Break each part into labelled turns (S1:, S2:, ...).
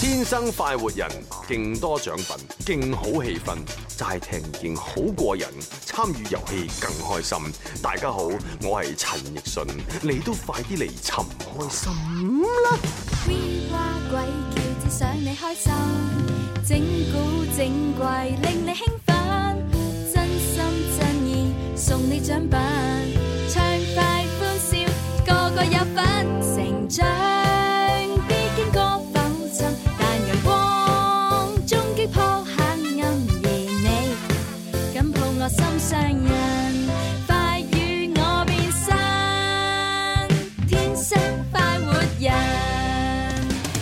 S1: 天生快活人，勁多獎品，勁好氣氛，齋聽見好過癮，參與遊戲更開心。大家好，我係陳奕迅，你都快啲嚟尋開心啦！
S2: We 話鬼叫，只想你開心，整古整怪令你興奮，真心真意送你獎品，暢快歡笑，個個有份成長，必經過浮沉，但陽光終擊破黑暗，而你。緊抱我心上人，快與我變身，天生快活人。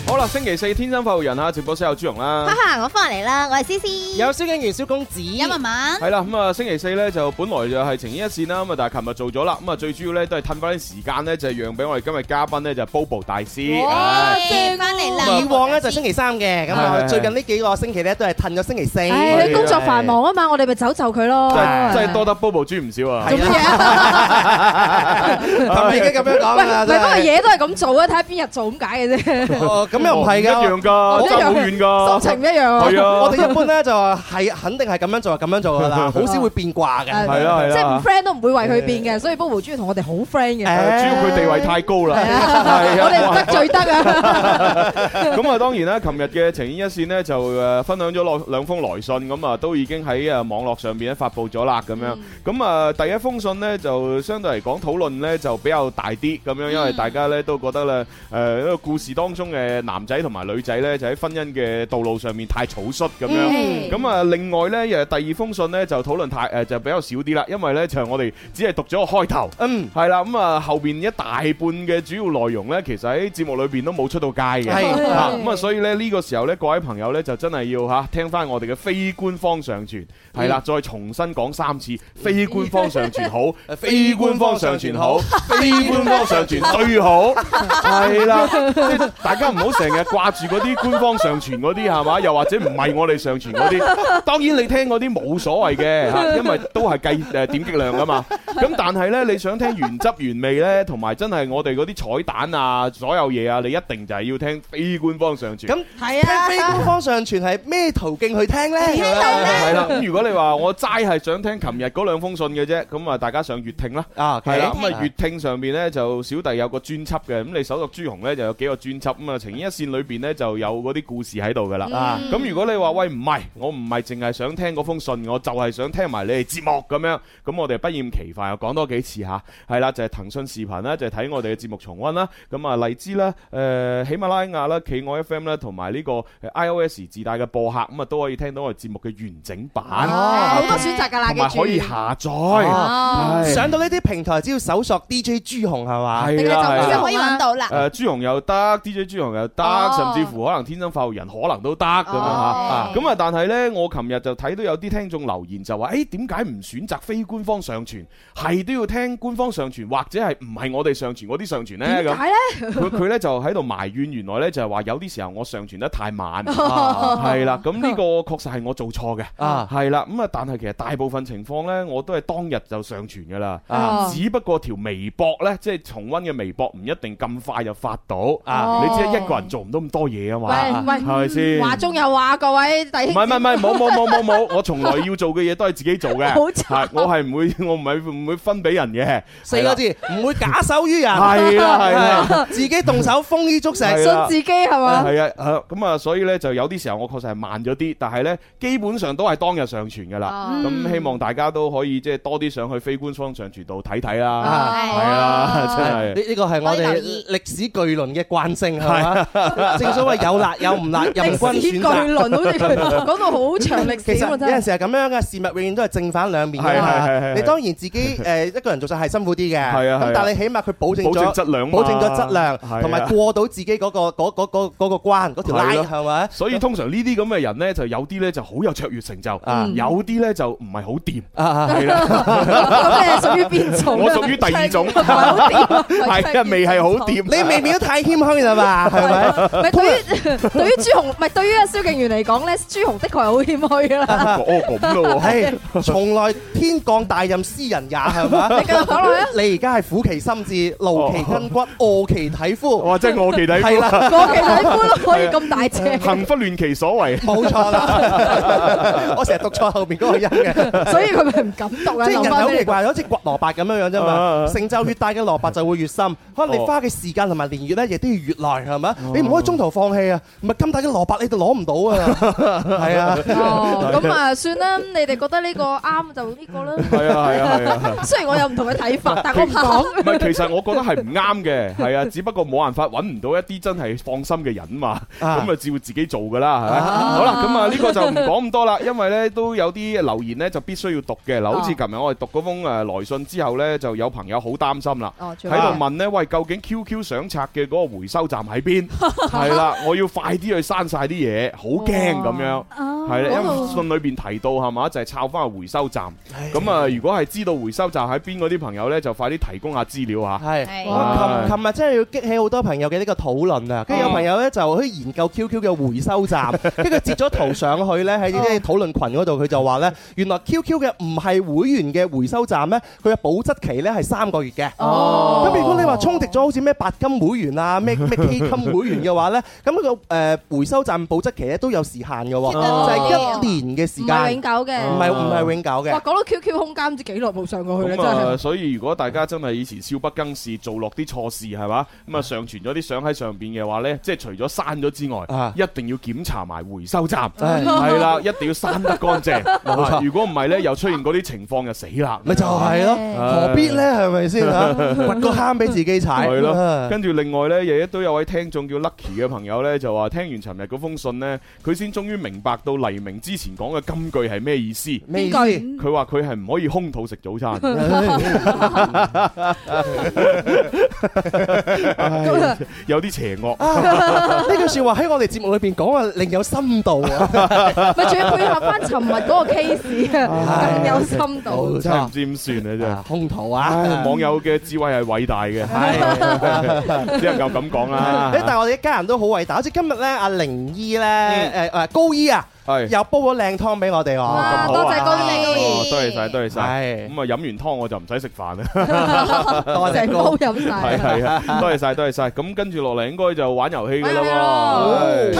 S3: 好啦，星期四天生快活人啊，直播室有朱容 啦，
S4: 哈，我翻嚟啦，我係思思，有
S5: 有蕭敬元、蕭公子，
S4: 文文，
S3: 系啦，咁啊星期四咧就本來就係情牽一線啦，咁啊但係琴日做咗啦，咁啊最主要咧都係褪翻啲時間咧，就係讓俾我哋今日嘉賓咧就係 Bobo 大師。啊
S4: 哇
S3: 唉，
S4: 正翻嚟啦，
S5: 哦以往咧就星期三嘅，咁啊
S3: 係
S5: 最近呢幾個星期咧都係褪咗星期四。
S6: 唉，
S3: 係
S6: 佢工作繁忙啊嘛，我哋咪走就佢咯。
S3: 真係真係多得 Bobo 豬唔少啊！
S6: 做乜嘢？
S5: 咁已經咁樣講
S6: 喂，
S5: 啦，
S6: 唔係
S5: 真
S6: 不過
S5: 係。
S6: 嘢都係咁做啊，睇下邊日做咁解嘅啫，
S5: 哦咁又唔係
S3: 一
S5: 㗎
S3: 樣。㗎，
S6: 我
S3: 爭好遠㗎。
S6: 心情唔一樣
S5: 哦
S6: 啊。
S3: 係啊，
S5: 我哋一般咧就話係肯定係咁樣做就咁樣做㗎 啦，好少會變卦嘅。
S3: 係啊啦係
S6: 即係唔
S3: 啦。
S6: friend 都唔會為佢變嘅，所以 Bobo 中意同我哋好 friend 嘅。
S3: 誒啊主要佢地位太高啦，
S6: 係啊
S3: 係
S6: 我哋唔
S3: 哇
S6: 得罪得啊！
S3: 咁啊，當然啦，琴日嘅情牽一線呢，就誒分享咗兩兩封來信，咁啊都已經喺誒網絡上邊咧發布咗啦，咁樣。咁啊，第一封信呢，就相對嚟講討論呢就比較大啲，咁樣，因為大家呢都覺得咧誒一個故事當中嘅男仔同埋女仔呢，就喺婚姻嘅道路上面太草率咁樣。
S6: 嗯
S3: 咁啊，另外呢，誒第二封信呢，就討論太誒就比較少啲啦，因為呢，就我哋只係讀咗個開頭。
S5: 嗯，
S3: 系啦，咁啊後邊一大半嘅主要內容呢，其實喺節目裏邊都冇出到街嘅，
S5: 係
S3: 啊咁啊，所以咧呢個時候呢，各位朋友呢，就真係要嚇聽翻我哋嘅非官方上傳，係啦，再重新講三次，非官方上傳好， 非官方上傳好，非官方上傳最好，係啦，即係大家唔好成日掛住嗰啲官方上傳嗰啲係嘛，又或者唔係我哋上傳嗰啲，當然你聽嗰啲冇所謂嘅嚇，因為都係計誒點擊量噶啊嘛。咁但係呢，你想聽原汁原味呢，同埋真係我哋嗰啲彩蛋啊，所有嘢啊，你一定就係要聽非官方上傳。
S5: 咁
S4: 係
S5: 聽非
S4: 啊，
S5: 官方上傳係咩途徑去聽
S4: 聽
S5: 咧？
S4: 到咧，
S3: 係啦，咁如果你話我齋係想聽琴日嗰兩封信嘅啫，咁啊大家上粵聽啦。
S5: 啊，
S3: 係啦，
S5: OK
S3: 咁啊粵聽上邊呢，就小弟有個專輯嘅，咁你搜索朱紅呢，就有幾個專輯，咁啊情牽一線裏邊呢，就有嗰啲故事喺度噶啦。
S6: 嗯
S5: 啊，
S3: 咁如果你話喂唔係，我唔係淨係想聽嗰封信，我就係想聽埋你哋節目咁樣，咁我哋不厭其煩又講多幾次吓，係啦，就係、騰訊視頻啦，就係、睇我哋嘅節目重温啦，咁啊荔枝啦，誒、喜馬拉雅啦、企鵝 FM 啦，同埋呢個誒 iOS 自帶嘅播客，咁啊都可以聽到我哋節目嘅完整版，啊
S6: 好多哦選擇㗎啦，
S3: 同埋、
S6: 記住
S3: 可以下載，
S6: 哦
S3: 係
S5: 上到呢啲平台，只要搜索 DJ 朱紅係嘛？
S3: 係
S6: 定係
S3: 啦，係啦
S6: 就咁樣
S4: 就可以揾到啦。
S3: 誒呃朱紅又得，DJ 朱紅又得，
S4: 哦
S3: 甚至乎可能天生發育人可能都得咁樣嚇。
S4: 哦
S3: 咁啊，但係呢，我琴日就睇到有啲聽眾留言就話：，誒點解唔選擇非官方上傳，係都要聽官方上傳，或者係唔係我哋上傳嗰啲上傳呢？
S6: 點
S3: 咁
S6: 解咧？
S3: 佢佢咧就喺度埋怨，原來呢就係話有啲時候我上傳得太 慢，
S6: 哦
S3: 啊係啦。咁呢個確實係我做錯嘅，
S5: 啊
S3: 係啦。咁啊，但係其實大部分情況呢，我都係當日就上傳㗎啦。
S5: 啊
S6: 哦
S3: 只不過條微博呢，即係重温嘅微博，唔一定咁快就發到。
S5: 啊
S6: 哦
S3: 你知啦一個人做唔到咁多嘢啊嘛，
S6: 喂
S3: 係咪先？
S6: 喂，話中有話，各位弟
S3: 唔
S6: 兄
S3: 係唔係唔係，冇冇冇冇冇，我從來要做嘅嘢都係自己做嘅，
S6: 好慘
S3: 係我係唔會，我唔係唔會分俾人嘅，
S5: 四個字，唔會假手於人，
S3: 係啦係啦。
S5: 係 自己動手豐衣足食。
S3: 係啦
S6: 信自己係嘛？
S3: 係啊，係啊咁啊，所以呢，就有啲時候我確實係慢咗啲，但係呢，基本上都係當日上傳㗎
S5: 啊
S3: 啦。
S6: 哦
S3: 咁希望大家都可以即係多啲上去非官方上傳度睇睇啦。
S5: 啊
S3: 係啊，真
S5: 呢
S3: 係
S5: 呢個係我
S4: 可以留
S5: 哋
S4: 意
S5: 歷史巨輪嘅慣性係嘛？ 正所謂有 辣有唔辣，任君
S6: 歷史
S5: 選擇。
S6: 巨輪好似講到好長歷
S5: 其
S6: 史
S5: 實
S6: 喎，
S5: 有
S6: 真
S5: 陣
S6: 係。
S5: 時係咁樣嘅事物，永遠都係正反兩面
S3: 係
S5: 嘅
S3: 係係係
S5: 嘛。你當然 自己誒一個人做晒係辛苦啲嘅，
S3: 係啊係啊
S5: 咁但係你起碼佢保證
S3: 保證
S5: 咗
S3: 質量嘛，
S5: 保證咗質量，
S3: 係啊
S5: 同埋過到自己嗰個嗰嗰嗰嗰個關嗰條 line
S3: 係咯
S5: 係咪？
S3: 所以通常呢啲咁嘅人呢，就有啲呢就好有卓越成就，
S5: 啊
S3: 有啲呢就唔係好掂。
S5: 啊啊
S3: 係 啦，
S6: 咁你係屬於邊種啊？
S3: 我屬於第二種
S6: 唔係好掂啊
S3: 係啊，未係好。掂。
S5: 你未免都太謙虛啦吧？係咪？
S6: 唔係對於 對於朱紅，唔係對於阿蕭敬元嚟講咧，朱紅的確係好謙虛㗎啦。
S3: 哦咁咯喎，
S5: 唉，從來天降大任斯人也係嘛？
S6: 你繼續講落
S3: 哎
S6: 去啊！
S5: 你而家係苦其心志，勞其筋骨，餓其體膚，
S3: 哇！真哦係我其底
S5: 係啦，
S6: 我其睇官都可以咁大隻，
S3: 行不亂其所為。
S5: 冇錯啦。 我成日讀錯後邊嗰個音嘅。
S6: 所以佢咪唔敢讀啊！
S5: 即係
S6: 留
S5: 人
S6: 翻
S5: 好
S6: 俾
S5: 奇
S6: 你講。
S5: 怪，好似掘蘿蔔咁樣樣啫
S3: 啊啊哦
S5: 嘛。成就越大嘅蘿蔔就會越深，可能你花嘅時間同埋年月咧，亦都要越耐，係咪？啊你唔可以中途放棄啊！唔係咁大嘅蘿蔔你就攞唔到 啊！係啊，
S7: Ờ,
S6: 哦，咁啊，算啦，你哋覺得呢個啱就呢個啦。
S3: 係啊係啊係啊！
S6: 雖然我有唔同嘅睇法，但我唔講。
S3: 唔係，其實我覺得係唔啱嘅，係啊，只不過冇辦法揾唔到一啲真係放心嘅人嘛，
S5: 啊
S3: 咁啊照自己做噶啦，係咪？好啦，咁啊呢個就唔講咁多啦，因為呢都有啲留言呢就必須要讀嘅，嗱，好似琴日我哋讀嗰封誒來信之後呢，就有朋友好擔心啦。
S6: 哦，
S3: 喺度問呢，喂，究竟 QQ 相冊嘅嗰個回收站喺邊？係啦，我要快啲去刪晒啲嘢，好驚咁樣。係啦，因為信裏邊提到係嘛，就係抄翻去回收站。咁啊，如果係知道回收站喺邊嗰啲朋友呢，就快啲提供下資料啊嚇。
S5: 係。
S4: 係
S6: 啊
S5: 哇哦琴琴日真係要激起好多朋友嘅呢個討論啊！跟住有朋友咧就去研究 QQ 嘅回收 站，跟住佢截咗圖上去咧喺呢啲討論群嗰度，佢就話咧原來 QQ 嘅唔係會員嘅回收站咧，佢嘅保質期咧係三個月嘅。
S6: 哦
S5: 咁如果你話充值咗好似咩白金會員啊、 咩咩 K 金會員嘅話咧，咁佢個誒回收站保質期咧都有時限嘅喎，就
S6: 哦
S5: 係一年嘅時
S6: 唔係
S5: 間，
S6: 永久嘅。
S5: 唔係唔係永久嘅
S6: 哇，。講到 QQ 空間，唔知幾耐冇上過去啦，
S3: 咁
S6: 真係
S3: 啊，。所以如果大家真係以前少不更事，做落啲錯事係嘛，咁啊上傳咗啲相喺上邊嘅話呢，即係除咗刪咗之外
S5: 啊，
S3: 一定要檢查埋回收站，
S5: 唉
S3: 係啦，一定要刪得乾淨。
S5: 冇錯
S3: 啊如果唔係呢，又出現嗰啲情況就死啦。
S5: 咪就係咯，
S3: 唉
S5: 何必咧？係咪先嚇？掘個坑俾自己踩，
S3: 係
S5: 啊
S3: 咯，跟住另外呢，亦都有位聽眾叫 Lucky 嘅朋友呢，就話聽完尋日嗰封信呢，佢先終於明白到黎明之前講嘅金句係咩意思。
S5: 咩意思？
S3: 佢話佢係唔可以空肚食早餐，
S6: 咁啊
S3: 有啲邪惡。
S5: 啊呢句説話喺我哋節目裏邊講啊，另有深度啊！
S6: 咪仲要配合翻尋日嗰個 case 啊，更有深度。
S5: 冇
S3: 真係唔
S5: 錯，
S3: 知點算啊！真係
S5: 啊，，空肚
S3: 唉
S5: 啊，
S3: 網友嘅智慧係偉大嘅，只能夠咁講啦。
S5: 誒但係我哋一家人都好偉大，好似今日咧，阿玲姨咧，誒誒高姨啊，
S3: 係
S5: 又煲咗靚湯俾我哋
S7: À,
S5: 喎，
S6: 哇，
S3: 咁好啊
S6: 多謝高
S4: 哦
S6: 醫，
S3: 哦，多謝晒，多謝晒。
S5: 係
S3: 咁啊，飲完湯我就唔使食飯啦。
S5: 多謝
S6: 成
S5: 高
S6: 煲。飲
S3: 係
S6: 晒。
S3: 係啊，多謝晒，多謝晒。咁跟住落嚟應該就玩遊戲㗎
S6: 玩遊戲咯
S3: 啦喎。係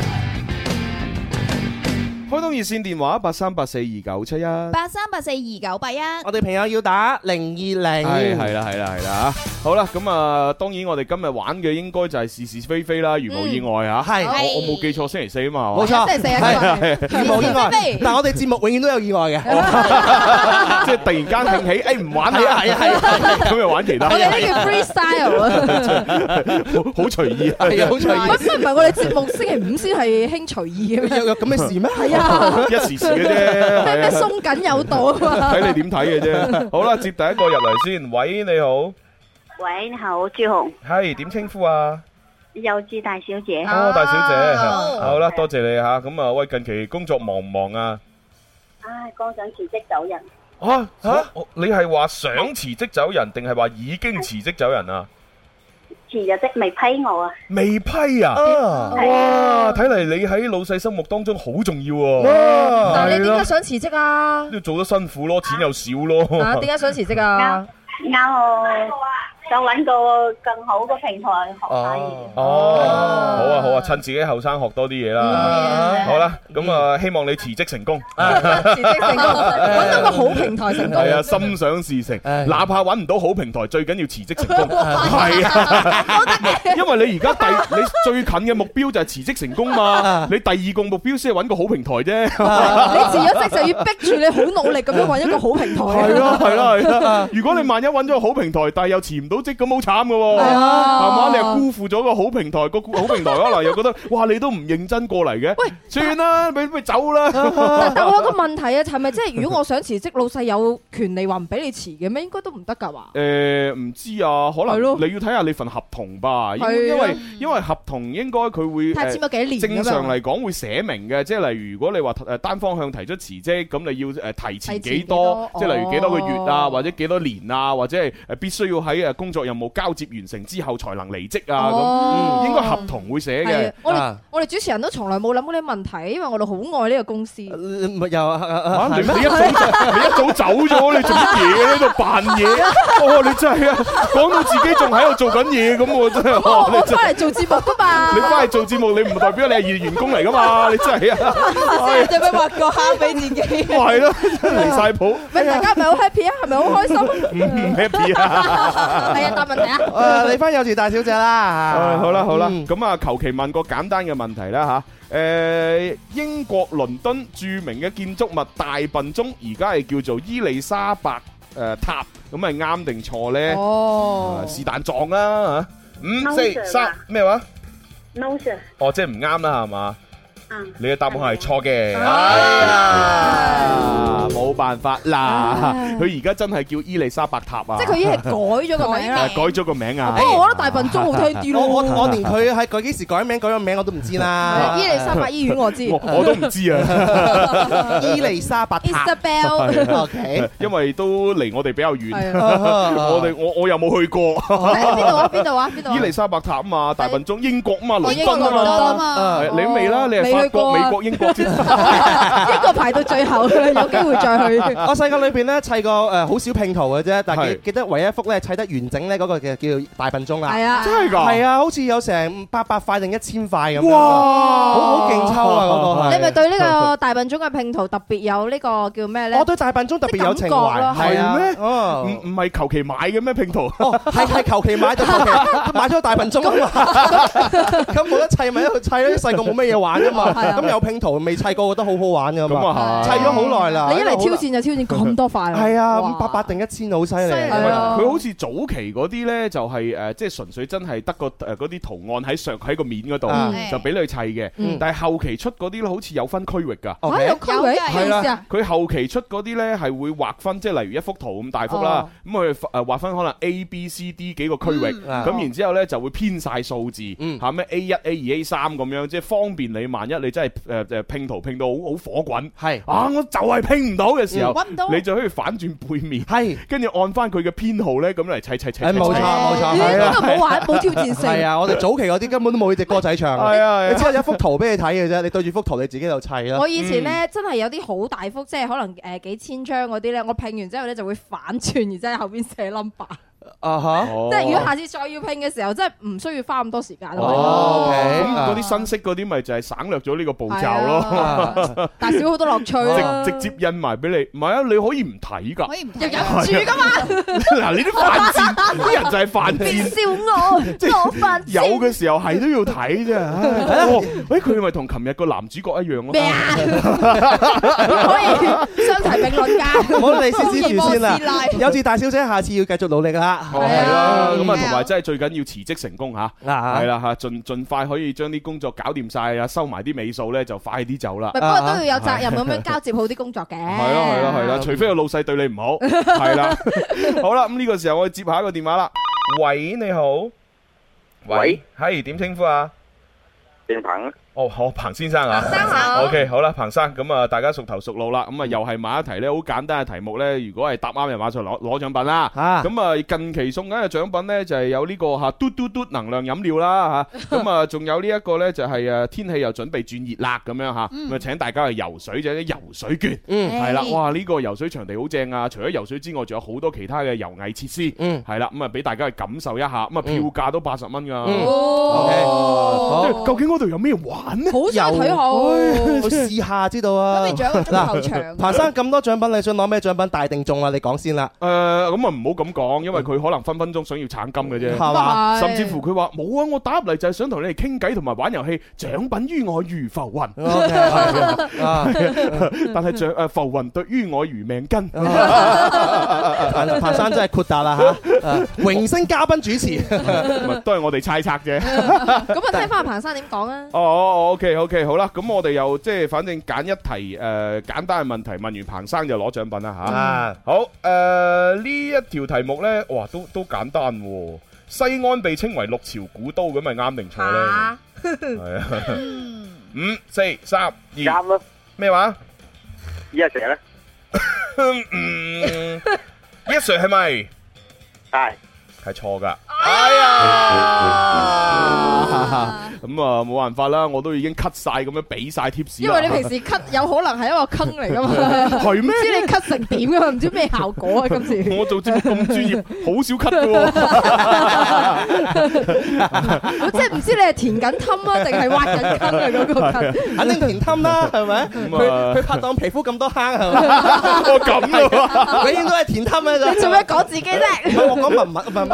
S3: 開通熱線電話八三八四二九七一。
S4: 八三八四二九八一，
S5: 我哋朋友要打零二零，
S3: 係係啦係啦係啦吓，好啦咁啊，當然我哋今日玩嘅應該就係是是非非啦，如無意外吓，
S5: 係
S3: 我我冇記錯星期四啊嘛，係嘛
S5: 冇錯，
S6: 星期四啊
S5: 係如無意 外
S4: 飛飛，
S5: 但係我哋節目永遠都有意外嘅。
S3: 即係突然間興起，誒唔玩啦，係啊係啊，咁又玩其他，
S6: 我哋呢叫 freestyle 啊，
S3: 好好隨意啊，
S5: 係啊，好隨意
S6: 乜。乜唔係我哋節目星期五先係興隨意嘅咩？
S5: 有有咁嘅事咩？
S6: 係啊，
S3: 一時時嘅啫，
S6: 咩
S3: 係
S6: 咩
S3: 啊，
S6: 鬆緊有度啊嘛。
S3: 睇你點睇嘅啫。好啦，接第一個入嚟先，喂你好，
S8: 喂，你好，朱紅，
S3: 係點稱呼啊？
S8: 幼稚大小姐，
S3: 哦，大小姐，好啦，多謝你吓，咁啊，喂，近期工作忙唔忙啊？
S8: 唉，剛想辭職走人，
S3: 啊吓，你係話想辭職走人，定係話已經辭職走人啊？
S8: 辭咗職未批我啊，
S3: 未批啊！
S5: 啊，
S3: 哇，睇嚟你喺老細心目當中好重要喎、
S6: 但係
S3: 係
S6: 你點解
S3: 咯
S6: 想辭職啊？
S3: 要做得辛苦咯，錢又少咯。
S6: 啊，點解想辭職啊？
S8: 啱我想揾個更好嘅平台學下嘢。
S3: 哦，好啊好啊，趁自己後生學多啲嘢
S6: 嗯
S3: 啦。好啦，咁啊，希望你辭職成功。
S6: 辭職成功，揾到個好平台成功。
S3: 係啊，心想事成，
S5: 唉
S3: 哪怕揾唔到好平台，最緊要辭職成功。係啊，因為你而家第你最近嘅目標就係辭職成功嘛
S5: 啊，
S3: 你第二個目標先係揾啊個好平台啫。
S6: 你辭咗職就要逼住你好努力咁樣揾一個好平台。
S3: 啊
S6: 啊
S3: 係咯係咯係咯，如果你萬一揾咗個好平台，但係又辭唔到組織咁好慘嘅喎，
S6: 係啊
S3: 係嘛？你又辜負咗個好平台，個好平台可能又覺得，哇！你都唔認真過嚟嘅，
S6: 喂
S3: 算啦，咪咪走啦。
S6: 但但我有個問題啊，係咪即係如果我想辭職，老細有權利話唔俾你辭嘅咩？應該都唔得㗎嘛？
S3: 誒唔知啊，可能
S6: 係咯
S3: 你要睇下你份合同吧，因
S6: 係啊
S3: 因為因為合同應該佢會
S6: 睇下簽
S3: 誒
S6: 咗幾多
S3: 正
S6: 年咁
S3: 常
S6: 樣。
S3: 嚟講會寫明嘅，即係例如如果你話誒單方向提出辭職，咁你要誒提前
S6: 提前
S3: 幾
S6: 幾多
S3: 多，即係例如幾多個月啊，
S6: 哦
S3: 或者幾多年啊，或者係誒必須要喺誒工作任務交接完成之後才能離職啊咁，
S6: 哦
S3: 嗯應該合同會寫
S6: 係
S3: 嘅
S6: 啊。我哋
S5: 啊
S6: 我哋主持人都從來冇諗過呢個問題，因為我哋好愛呢個公司。
S5: 呃咪又啊啊啊
S3: 啊！你
S5: 係
S3: 你
S5: 咩
S3: 一早就你一 早走咗，你做乜嘢喺度扮嘢？哦，你真係啊，講到自己仲喺度做緊嘢咁，我真係
S6: 我
S3: 哦，
S6: 我
S3: 你真係
S6: 翻嚟做節目㗎嘛？
S3: 你翻去做節目，你唔代表你係員工嚟噶嘛？你真係啊，哦
S7: 即係咪挖個坑俾自己？
S3: 係咯，真係離晒譜，唔
S6: 喂，大家係咪好 happy 啊？係咪好開 心啊？
S3: 唔 happy 啊！
S6: 係啊，答問題啊！
S5: 啊你翻幼稚大小姐啦
S3: 唉，好啦好啦，
S5: 嗯
S3: 咁啊，求其問個簡單嘅問題啦吓，誒，英國倫敦著名嘅建築物大笨鐘，而家係叫做伊麗莎白誒塔，咁係啱定錯咧？
S6: 哦
S3: 啊，是但撞啦嚇，五
S8: 通常
S3: 四
S8: 啊
S3: 三咩話？
S8: No sir，
S3: 哦，即係唔啱啦係嘛？
S8: 嗯，
S3: 你嘅答案係錯嘅。哎
S6: 哎
S3: 呀，冇辦法啦，佢而家真係叫伊麗莎白塔啊，
S6: 哎即係佢已經係改咗個名啦
S3: 誒。改咗個名啊
S6: 不。過我覺得大笨鐘好聽啲
S5: 我
S6: 咯。
S5: 我我連佢係佢幾時改名改咗名我都唔知啦。
S6: 伊利沙伯醫院 我知
S3: 我我都唔知 啊，
S5: 伊麗莎白塔。
S6: ，Isabel
S5: OK，
S3: 因為都離我哋比較遠，
S6: 係啊，
S3: 我哋我我又冇去過
S6: 喺邊度啊？邊度啊？邊度啊？
S3: 伊麗莎白塔啊嘛，大笨鐘英國啊嘛，倫敦啊
S6: 英國倫
S3: 嘛係
S6: 敦，
S3: 你未啦，你係
S6: 未
S3: 法
S6: 去
S3: 國、
S6: 過啊
S3: 美國、英國 先。
S6: 一個排到最後， 有機會再去。
S5: 我細個裏邊咧砌過誒好少拼圖嘅啫，但係記
S3: 係
S5: 記得唯一一幅咧砌得完整咧嗰個嘅叫大笨鐘啦
S6: 係。啊，
S3: 真係㗎？
S5: 係啊，好似有成八百塊定一千塊咁樣。
S3: 哇！
S5: 好好勁抽啊嗰個係
S6: 你咪對呢個大笨鐘嘅拼圖特別有呢個叫咩咧
S5: 我？對大笨鐘特別有情
S6: 即係
S5: 懷，
S6: 感
S3: 覺咯係咩唔
S5: 哦
S3: 唔係求其買嘅咩拼圖？
S5: 哦，係係求其買就求其買咗個大笨鐘啊嘛，咁冇得砌咪喺度砌咯，細個冇乜嘢玩噶嘛，
S6: 係啊
S5: 咁有拼圖未砌過，覺得好好玩噶
S3: 咁
S5: 嘛，
S3: 啊
S5: 砌
S3: 係。
S5: 咗好耐啦，
S6: 你一嚟挑戰就挑戰咁多塊。
S5: 係啊，
S6: 哇
S5: 咁八百定一千好犀
S6: 犀
S5: 利
S6: 利
S5: 啊，
S3: 喂
S6: 啊
S3: 佢好似早期嗰啲咧，就係誒，即係純粹真係得個誒嗰啲圖案喺上喺個面嗰
S5: 嗯
S3: 度，就俾你砌嘅
S5: 嗯。
S3: 但係後期出嗰啲咧，好似有分區域㗎。
S7: 哦
S6: 嚇
S5: OK
S6: 有區域
S7: 有
S6: 咩意思啊？
S3: 佢後期出嗰啲咧係會劃分，即係例如一幅圖咁大幅啦
S6: 哦，嗯
S3: 咁佢誒劃分可能 A、B、C、D 幾個區域，
S5: 啊
S3: 咁然之後咧就會編晒數字
S5: 嗯，
S3: 嚇咩 A 一、A 二、A 三咁樣，即係方便你萬一你真係誒誒拼圖拼到好好火滾
S5: 係
S3: 啊！我就係拼唔到嘅
S6: 嗯
S3: 時候，
S7: 揾唔到。
S3: 你就可以反轉背面。
S5: 係，
S3: 跟住按翻佢嘅編號咧，咁嚟砌砌砌砌。
S5: 誒冇錯
S3: 砌
S5: 冇錯，
S6: 咦
S5: 係
S6: 呢
S5: 啊。
S6: 個冇玩冇挑戰性。
S5: 係啊，我哋早期嗰啲根本都冇呢只歌仔唱啊，
S3: 係啊係啊
S5: 你只係一幅圖俾你睇嘅啫，你對住幅圖你自己就砌啦
S6: 我。以前
S5: 嗯
S6: 咧真係有啲好大幅，即係可能誒幾千張嗰啲咧，我拼完之後咧就會反轉，然之後喺後邊寫 number。
S5: 啊哈，
S3: 哦
S6: 即係如果下次再要拼嘅時候，真係唔需要花咁多時間咯。
S5: 哦，OK，
S3: 咁嗰啲
S5: 啊
S3: 新式嗰啲咪就係省略咗呢個步
S6: 係
S3: 驟咯，
S6: 啊，但係啊少好多樂趣啦。
S3: 直直接印埋俾你。唔係啊，你可以唔睇㗎。
S7: 可以唔
S6: 又
S7: 睇
S6: 忍唔住噶嘛，
S3: 嗱，你啲犯 賤，啲人就係犯
S6: 別
S3: 賤。
S6: 笑我， 我份
S3: 有嘅時候係都要睇啫。 唉哦，誒佢咪同琴日個男主角一樣咯
S6: 咩。啊？可以相提並論㗎。
S5: 我哋先止住先
S7: 波
S5: 啦
S7: 斯拉。
S5: 有次大小姐，下次要繼續努力啦。
S3: 哦，
S6: 係
S3: 係啦，
S6: 啊
S3: 咁啊，
S7: 嗯
S3: 同埋真係最緊要辭職成功嚇，
S5: 嗱
S3: 係啦嚇，盡盡快可以將啲工作搞掂晒啊，收埋啲尾數咧，就快啲走啦
S6: 咪。不過都要有責任咁樣交接好啲工作嘅。
S3: 系咯系咯系啦，除非個老細對你唔好，係啦。好啦，咁呢個時候我接下一個電話啦。喂，你好。
S9: 喂，
S3: 係點稱呼啊？
S9: 正鹏啊，
S3: 哦，好，彭先生啊。
S6: 生好
S3: O K，好啦，彭生，咁啊，大家熟頭熟路啦，咁啊，又係買一題咧，好簡單嘅題目咧，如果係答啱，就馬上攞攞獎品啦。
S5: 啊
S3: 咁啊，近期送緊嘅獎品咧，就係有呢個嚇嘟嘟嘟能量飲料啦嚇，咁啊，仲有呢一個咧就係誒天氣又準備轉熱啦咁樣嚇，咁啊請大家去游水就係啲游水券，
S5: 嗯
S3: 係啦，哇呢個游水場地好正啊！除咗游水之外，仲有好多其他嘅遊藝設施，
S5: 嗯
S3: 係啦，咁啊俾大家去感受一下，咁啊票價都八十蚊㗎，
S5: 嗯
S3: 即
S5: 好
S2: 哦
S3: 係究竟嗰度有咩玩玩咧？
S6: 好想睇好
S5: 哎 我試下知道啊。
S6: 咁你獎個足球 場
S5: 彭生咁多獎品，你想攞咩獎品大定中啊？你講先啦。
S3: 誒
S5: 嗯
S3: 咁啊，唔好咁講，因為佢可能分分鐘想要橙金嘅啫，
S5: 係 嘛
S3: 甚至乎佢話冇啊，我打入嚟就係想同你哋傾偈同埋玩遊戲，獎品於我如浮雲。
S5: OK，係啊
S3: 但係獎誒浮雲對於我如命根。
S5: 嗯 彭啊彭生真係豁達啦嚇，啊榮升嘉賓主持。
S3: 咪啊都係我哋猜測啫。
S6: 咁啊，聽翻阿彭生點講啊？
S3: 哦哦，OK OK，好啦，咁我哋又即係反正揀一題誒、呃、簡單嘅問題，問完彭生就攞獎品啦吓，
S5: 啊
S3: 好誒，呃呢、一條題目呢，哇，都都簡單喎、西安被稱為六朝古都，咁係啱定錯呢？係啊，五四三二啱
S9: 啦。
S3: 咩話？
S9: Yes sir 咧，
S3: 嗯，yes sir 係咪？
S9: 係
S3: 係錯㗎。哎呀，咁啊冇辦法啦，我都已經 cut 晒咁樣俾晒 tips
S6: 因
S3: 啦。
S6: 為你平時咳有可能係一個坑嚟噶嘛，
S3: 係咩
S6: 唔知你咳成點噶嘛，唔知咩效果啊！今 次
S3: 我做節目咁專業，好少 cut 嘅
S6: 我真係唔知你係填緊氹啊，定係挖緊坑啊嗰個坑。
S5: 肯定填氹啦，係咪？
S3: 咁啊
S5: 佢佢拍檔皮膚咁多坑係
S3: 喎。
S5: 咪？
S3: 我哦咁啊咯，
S5: 永遠都係填氹喺
S6: 你
S5: 度。
S6: 做咩講自己啫？
S5: 唔係我講文物，唔 係唔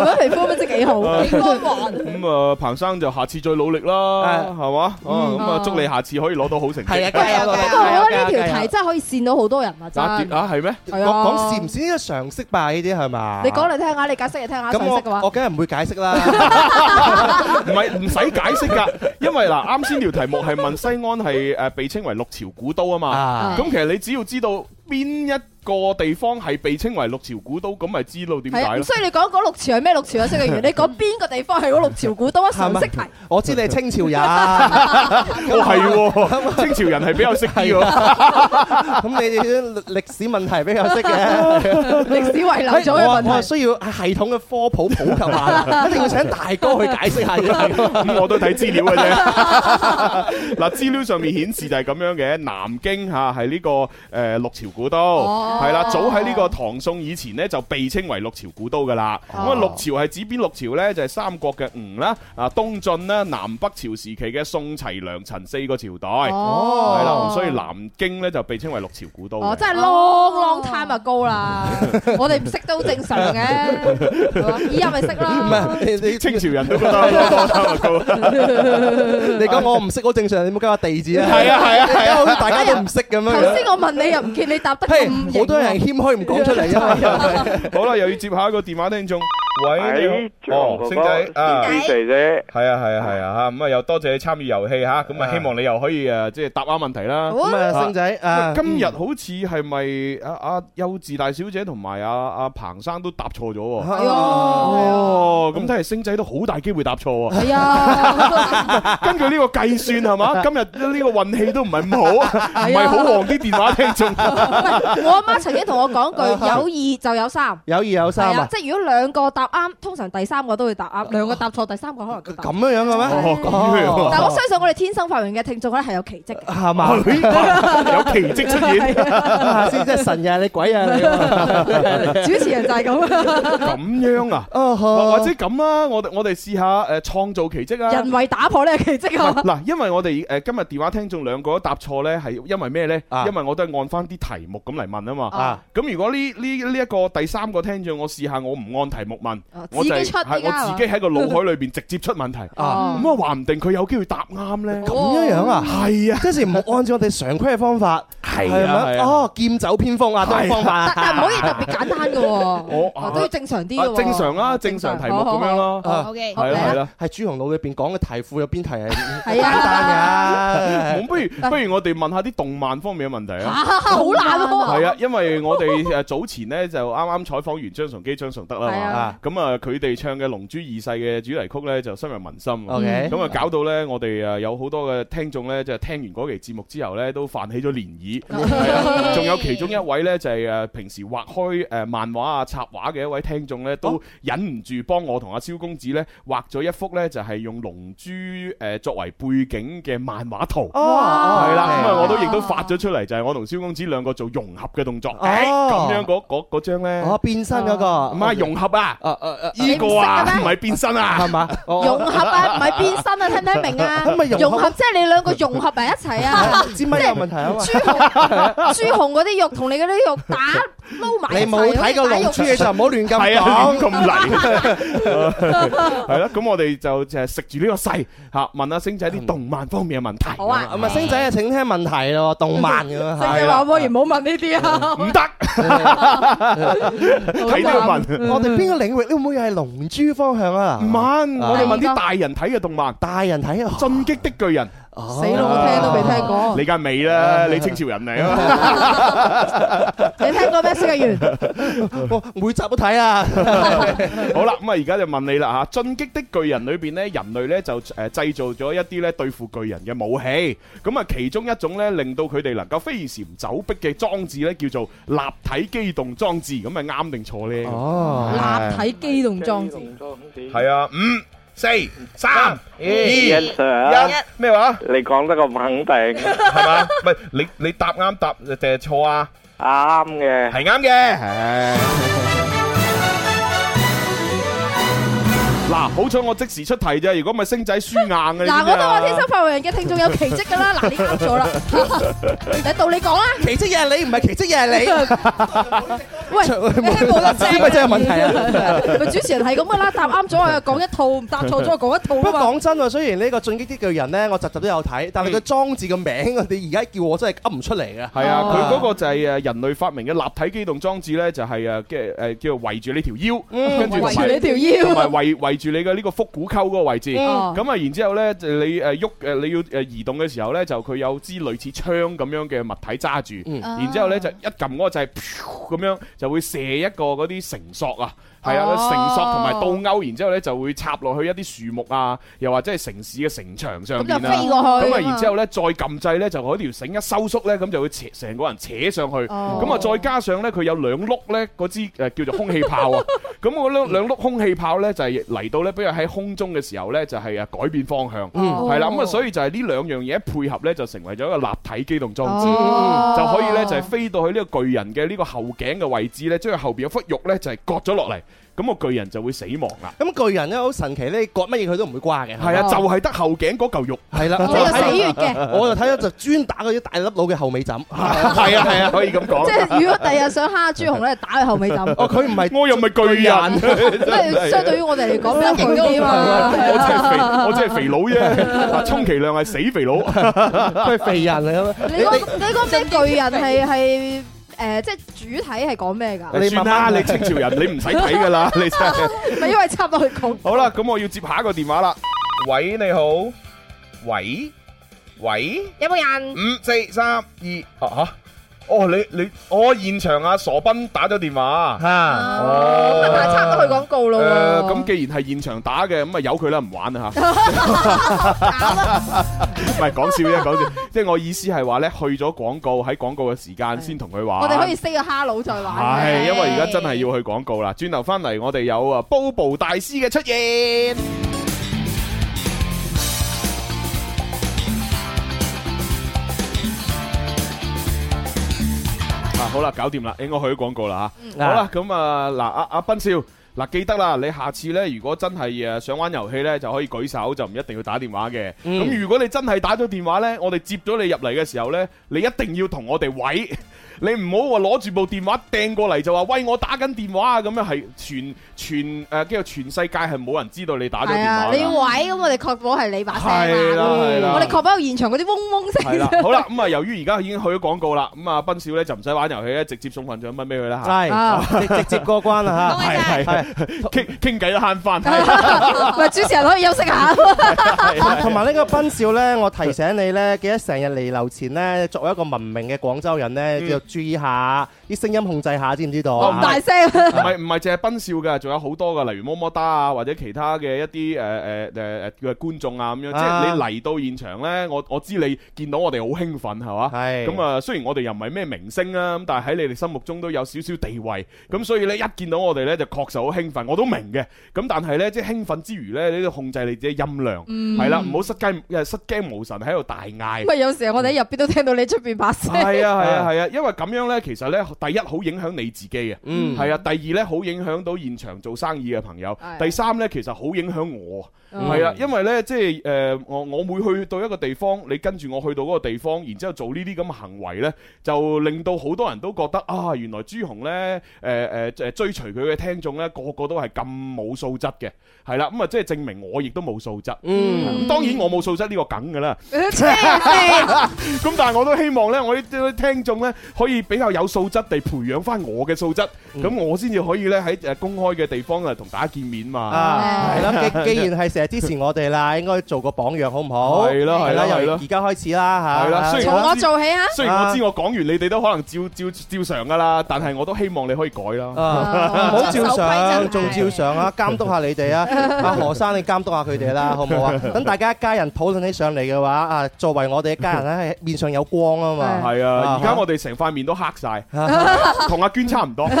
S5: 係
S6: 係咪皮膚咪真係幾好，幾光滑。
S3: 咁啊，彭生就下次再努力啦，係嘛？啊咁啊，祝你下次可以攞到好成績。
S5: 係啊，加油！
S6: 不過我覺
S5: 啊
S6: 得呢條題真係可以善到好多人啊！真
S3: 打碟
S6: 係。
S3: 啊，係咩？
S5: 我
S6: 係啊
S5: 講試唔試呢個常識吧？呢啲係嘛？
S6: 你講嚟聽下，你解釋嚟聽下，
S5: 咁
S6: 常識嘅
S5: 我我
S6: 話，
S5: 梗係唔會解釋 啦。
S3: 唔係唔使解釋㗎，因為嗱啱先條題目係問西安係誒被稱為六朝古都啊嘛
S5: 啊，
S3: 咁其實你只要知道邊一個地方係被稱為六朝古都，咁咪知道點
S6: 係啊。
S3: 解
S6: 咁
S3: 咯。
S6: 所以你講嗰六朝係咩六朝啊？釋嘅源，你講邊個地方係嗰六朝古都啊？常識題。
S5: 我知你係清朝 人，
S3: 哦，係喎，清朝人係比較識啲喎。
S5: 咁你哋啲歷史問題比較識嘅。
S6: 歷史遺留
S5: 哎
S6: 咗嘅
S5: 我
S6: 問
S5: 我
S6: 題。
S5: 需要系統嘅科普普及 下，一定要請大哥去解釋下嘢。
S3: 咁我都睇資料嘅啫。 嗱，資料上面顯示就係咁樣嘅，南京嚇係呢個誒六朝古都，
S6: 哦
S3: 係啦，早喺呢個唐宋以前呢，就被稱為六朝古都噶啦。
S6: 哦
S3: 咁啊，六朝係指邊六朝呢？就係三國嘅吳啦、啊東晉啦、南北朝時期嘅宋齊梁陳四個朝代，
S6: 哦
S3: 係啦，咁所以南京呢，就被稱為六朝古都嘅。
S6: 哦，真係 long long time 啊高啦，我哋唔識都正常嘅，係嘛以後咪識
S5: 唔
S6: 啦。
S5: 係你你
S3: 清朝人都 覺得啊多多多高。
S5: 你講我唔識好正常，你冇加個地址啊。
S3: 係啊係啊係啊
S5: 好似大家都唔識咁樣
S6: 頭先
S5: 樣。
S6: 我問你又唔見你答得咁型
S5: 嘿，
S6: 喎
S5: 好多人謙虛唔講出嚟，啊因為
S3: 好啦，又要接下一個電話聽眾。喂
S9: 喂，
S3: 你好，哦，星仔啊。
S9: 肥姐，
S3: 系啊系啊系啊吓，咁啊又多謝你參與遊戲吓，咁啊希望你又可以诶即係答啱問題啦。
S5: 咁啊，星仔啊，
S3: 今日好似係咪啊啊幼稚大小姐同埋啊啊彭生都答錯咗喎？
S6: 哎
S5: 係
S3: 哦，咁睇嚟星仔都好大機會 答錯喎。
S6: 係啊，
S3: 根據呢個計算係嘛，今日呢個運氣都唔係咁好，唔
S6: 係啊
S3: 係好旺啲電話聽眾。
S6: 我阿媽曾經同我講句：有二就有三。
S5: 有二有
S6: 係
S5: 三
S6: 啊
S5: 啊，，
S6: 即係如果兩個答啱，通常第三個都會答啱，兩個答錯，第三個可能都答
S5: 咁
S6: 啱。
S5: 樣樣嘅咩？
S3: 哦，咁樣
S6: 但
S3: 啊
S6: 我相信我哋天生發明嘅聽眾咧係有奇蹟
S3: 哦
S6: 嘅。
S5: 係嘛？
S3: 哇有奇蹟出
S7: 啊
S3: 現。
S5: 先真係神呀，你鬼呀 你！
S6: 主持人就係咁，
S3: 咁樣啊？
S5: 哦，
S3: 或
S5: 或
S3: 或者咁啊？我哋我哋試下诶創造奇蹟啊！
S6: 人為打破呢個奇蹟啊！
S3: 嗱，因為我哋誒今日電話聽眾兩個都答錯咧，係因為咩咧？
S5: 啊
S3: 因為我都係按翻啲題目咁嚟問啊嘛。
S5: 啊，
S3: 咁如果呢呢呢一個第三個聽眾，我試下我唔按題目問
S6: 哦，
S3: 我就係
S6: 自己出
S3: 係
S6: 依家
S3: 我自己喺個腦海裏邊直接出 問題。
S5: 啊
S3: 咁啊，話唔定佢有機會答啱咧。
S6: 哦
S5: 咁樣樣啊，
S3: 係啊，
S5: 即係唔按照我哋常規嘅方法，係咪？哦，劍走偏鋒啊，都係方法
S6: 但但唔
S5: 啊。
S6: 可以特別簡單嘅喎，
S3: 啊
S6: 啊都要正常啲
S3: 啊
S6: 嘅喎。
S3: 正常啦，正常題目咁樣。咯。
S6: Dạ.
S5: 啊
S7: O K，
S3: 係啦
S6: 好
S3: 係啦，
S5: 係朱紅腦裏邊講嘅題庫有邊題係
S6: 係
S5: 簡
S6: 啊，
S5: 單
S3: 咁嗯 不如不如我哋問下啲動漫方面嘅問題啊。
S6: 啊好難喎。
S3: 係啊，因為我哋誒早前咧就啱啱採訪完張崇基、張崇德啦
S6: 係
S3: 嘛
S6: 啊。
S5: 啊
S3: 咁啊，佢哋唱嘅《龍珠二世》嘅主題曲咧就深入民心。
S5: ？OK，
S3: 啊咁啊，搞到咧，我哋誒有好多嘅聽眾咧，就係聽完嗰期節目之後咧，都泛起咗漣漪，
S5: 哦
S3: 係啊仲有其中一位呢，就係誒平時畫開誒漫畫啊插畫嘅一位聽眾呢，
S5: 哦
S3: 都忍唔住幫我同阿蕭公子呢畫咗一幅呢，就係用龍珠誒作為背景嘅漫畫圖。
S5: 哦
S3: 係啦，
S5: 哦
S3: 咁啊我都亦都發咗出嚟，就係我同蕭公子兩個做融合嘅動作。
S5: 哦
S3: 誒咁樣嗰嗰嗰張咧，
S5: 哦變身嗰個
S3: 唔係融合啊，
S5: 誒
S3: 呢個啊
S6: 你唔識嘅咩
S3: 唔係變身啊，係
S5: 嘛？
S6: 融合啊，唔係變身啊，聽唔聽明啊？
S5: 咁咪融合
S6: 融合即係你兩個融合埋一 齊啊！
S5: 知咪有問題啊嘛？
S6: 朱紅嗰啲肉同你嗰啲肉打撈埋一
S5: 你
S6: 齊，
S5: 冇睇過龍珠，你就唔好亂咁
S3: 係啊，
S5: 講。
S3: 咁 嚟， 係啦。咁我哋就就係食住呢個勢嚇，問阿星仔
S5: 嗯
S3: 啲動漫方面嘅問題。
S6: 好啊
S5: 咁啊，星仔啊，請聽問題咯，動漫咁啊，係啦。
S6: 波唔好問呢啲啊，
S3: 唔 得，睇呢
S6: 啊
S3: 個問。
S5: 我哋邊個領域咧？會唔會係龍珠方向啊？
S3: 唔問，我哋問啲大人睇嘅動漫，《
S5: 大人睇啊，
S3: 進擊的巨人》。
S5: 死
S6: 咯我聽都未聽過
S3: 你梗係未
S5: 哦
S3: 啦，你清朝人嚟啊嘛。
S6: 你聽過咩？司嘅 員
S5: 哇每集都睇啊！
S3: 好啦，咁啊，而家就問你啦嚇，《進擊的巨人》裏邊咧，人類咧就誒製造咗一啲咧對付巨人嘅武器，咁啊，其中一種咧令到佢哋能夠飛檐走壁嘅裝置咧，叫做立體機動裝置，咁係啱定錯咧？
S5: 哦，
S7: 立體機動裝 置，
S3: 係啊，五、四、三、二、
S9: Yes, sir
S3: 一，咩話？
S9: 你講得咁肯定，
S3: 係嘛？唔係你你答啱答定係錯啊？
S9: 啱嘅。
S3: 係啱嘅。唉嗱，好彩我即時出題啫，如果唔係星仔輸硬嘅。你知唔
S6: 嗱，
S3: 知啊
S6: 我都話天生發圍人嘅聽眾有奇蹟㗎啦，嗱，你啱 咗啦，你道理講啦，
S5: 奇蹟又係你，唔係奇蹟又 係
S6: 喂，你聽冇得
S5: 你，
S6: 正
S5: 咪真係有問題啊！
S6: 咪主持人係咁噶啦，答啱咗我又講一套，答錯咗我講一套
S5: 不過
S6: 啊嘛。
S5: 講真喎，雖然呢個《進擊的巨人》咧，我集集都有睇，但係佢裝置嘅名，你而家叫我真係噏唔出嚟嘅。
S3: 係啊，
S5: 哦
S3: 佢嗰個就係誒人類發明嘅立體機動裝置咧，就係誒嘅誒叫做圍住你條腰，跟住同
S6: 嗯圍住
S3: 埋
S6: 你條
S3: 同
S6: 腰
S3: 埋圍圍住你嘅呢個腹股溝嗰個位置。
S6: 哦
S3: 咁啊，然之後咧，就你誒喐誒你要誒呃移動嘅時候咧，就佢有支類似槍咁樣嘅物體揸住，
S5: 嗯
S3: 然之後咧就一撳嗰個掣，咁樣就會射一個嗰啲繩索啊。係啊，
S6: 哦
S3: 繩索同埋倒鈎，然之後咧就會插落去一啲樹木啊，又或者係城市嘅城牆上邊
S6: 咁就
S3: 啊
S6: 飛。過去
S3: 咁啊，然之後咧再撳掣咧，就嗰條繩一收縮咧，咁就會扯成個人扯上去。
S6: 哦
S3: 咁啊，再加上咧佢有兩碌咧嗰支誒叫做空氣炮啊。 咁嗰
S6: 嗯
S3: 兩兩碌空氣炮咧就係嚟到咧，比如喺空中嘅時候咧就係誒呃改變方向。
S6: 嗯
S3: 係啦，咁啊，所以就係呢兩樣嘢一配合咧，就成為咗一個立體機動裝置，
S6: 哦
S3: 就可以咧就係飛到去呢個巨人嘅呢個後頸嘅位置咧，將佢後邊有忽肉咧就係割咗落嚟，咁個巨人就會死亡啦。
S5: 咁巨人咧好神奇咧，割乜嘢佢都唔會瓜
S6: 哦
S5: 嘅。
S3: 係啊，就係得後頸嗰嚿肉。
S5: 係啦，
S6: 即係有死穴嘅，
S5: 我就睇咗就專打嗰啲大粒佬嘅後尾枕。
S3: 係啊係啊，可以咁講
S6: 即。係如果第日想蝦朱紅咧，打佢後尾枕。
S5: 哦，佢唔 係
S3: 我又唔係巨哎人。啊
S6: 即係相對於我哋嚟講，型啲啊嘛。
S3: 我只係肥，我只係肥佬 啫。啊，充其量係死肥佬，
S5: 佢係肥人嚟
S6: 你嗰你嗰咩巨人係係誒，即係主體係講咩㗎？
S5: 你
S3: 算
S5: 慢
S3: 啦，
S5: 慢
S3: 你清朝人，你唔使睇噶 啦，你真係。
S6: 咪因為插落去講。
S3: 好啦，咁我要接下一個電話啦。喂，你好，喂，喂，
S6: 有冇人？
S3: 五四三二，啊吓，哦你你，我現場啊傻斌打咗電話。
S5: 啊！
S6: 哦，咁啊，插到佢廣告咯
S3: 誒，
S6: 喎。
S3: 呃咁既然係現場打嘅，咁啊由佢啦，唔玩啦 吓。唔係講笑啫，講笑。即係我意思係話咧，去咗廣告喺廣告嘅時間先同佢玩。
S6: 我哋可以 say 個 hello 再玩嘅。
S3: 係，因為而家真係要去廣告啦。轉頭翻嚟，我哋有啊 Bobo 大師嘅出現。啊，好啦，搞掂啦，應該去咗廣告啦吓。好啦，咁啊，嗱，阿阿斌少。嗱，記得啦，你下次呢，如果真係誒想玩遊戲呢，就可以舉手，就唔一定要打電話嘅。咁、
S5: 嗯
S3: 如果你真係打咗電話呢，我哋接咗你入嚟嘅時候呢，你一定要同我哋位。 你唔好話攞住部電話掟過嚟就話喂我打緊電話啊咁樣係全全誒，跟、住全世界係冇人知道你打咗
S6: 係
S3: 電話
S6: 啊，你要
S3: 㗎。
S6: 位咁，我哋確保係你把聲
S3: 係啦係啦
S6: 我哋確保有現場嗰啲嗡嗡
S3: 係 啦，
S6: 聲。
S3: 好啦，咁啊，由於而家已經去咗廣告啦，咁啊，斌少咧就唔使玩遊戲咧，直接送份獎品俾佢
S6: 啊
S3: 啦嚇。
S5: 係直直接過關啦
S7: 恭喜
S3: 係
S7: 晒
S3: 係傾傾偈都慳翻。
S6: 啊唔係主持人可以休息下。
S5: 嚇，同埋呢個斌少咧，我提 醒你咧，記得成日離流前咧，作為一個文明嘅廣州人咧，要注意下啲聲音控制下，知唔知道啊？
S3: 哦唔係唔係唔係淨係賓少嘅，仲有好多嘅，例如麼麼哒啊，或者其他嘅一啲誒誒誒誒嘅觀眾啊咁樣，即係
S5: 啊
S3: 你嚟到現場咧，我我知你見到我哋好興奮係嘛？
S5: 係
S3: 咁啊，雖然我哋又唔係咩明星啊，咁但係喺你哋心目中都有少少地位，咁所以咧一見到我哋咧就確實好興奮，我都明嘅。咁但係咧即係興奮之餘咧，你都要控制你自己音量，
S6: 嗯
S3: 係啦，唔好失驚誒失驚無神喺度大嗌。
S6: 咪有時候我哋喺入邊都聽到你出邊 把聲。
S3: 係啊係啊係啊，因為咁樣呢，其實呢，第一好影響你自己嘅，
S5: 嗯
S3: 係啊，第二呢，好影響到現場做生意嘅朋友，
S5: 係啊
S3: 第三呢，其實好影響我，
S5: 嗯
S3: 係啊，因為呢，即係誒我我每去到一個地方，你跟住我去到嗰個地方，然之後做呢啲咁嘅行為呢，就令到好多人都覺得啊，原來朱紅呢，呃誒誒誒追隨佢嘅聽眾呢，個個都係咁冇素質嘅，係啦，咁啊即係證明我亦都冇素質，
S5: 嗯
S3: 咁當然我冇素質呢個梗㗎啦。
S6: 黐線
S3: 咁但係我都希望咧，我啲聽眾咧可以比較有素質地培養翻我嘅素質，咁我先至可以咧喺誒公開嘅地方啊同大家見面嘛。
S5: 啊，係啦，既既然係成日支持我哋啦， 應該做個榜樣好唔好？
S3: 係啦係啦係
S5: 由
S3: 啦
S5: 而家開始啦嚇。
S3: 係啦，雖然知
S6: 啊
S3: 雖然我知我講完你哋都可能照照照常噶啦，但係我都希望你可以改
S5: 啊
S3: 啦。
S5: 唔好照相，仲照相啊！監督下你哋啊！阿何生，你監督下佢哋 啦，好唔好啊？等大家一家人討論起上嚟嘅話，啊，作為我哋一家人咧，係面上有光啊嘛。
S3: 係啊，而家我哋成塊面都黑晒，同阿娟差唔多。
S6: 咁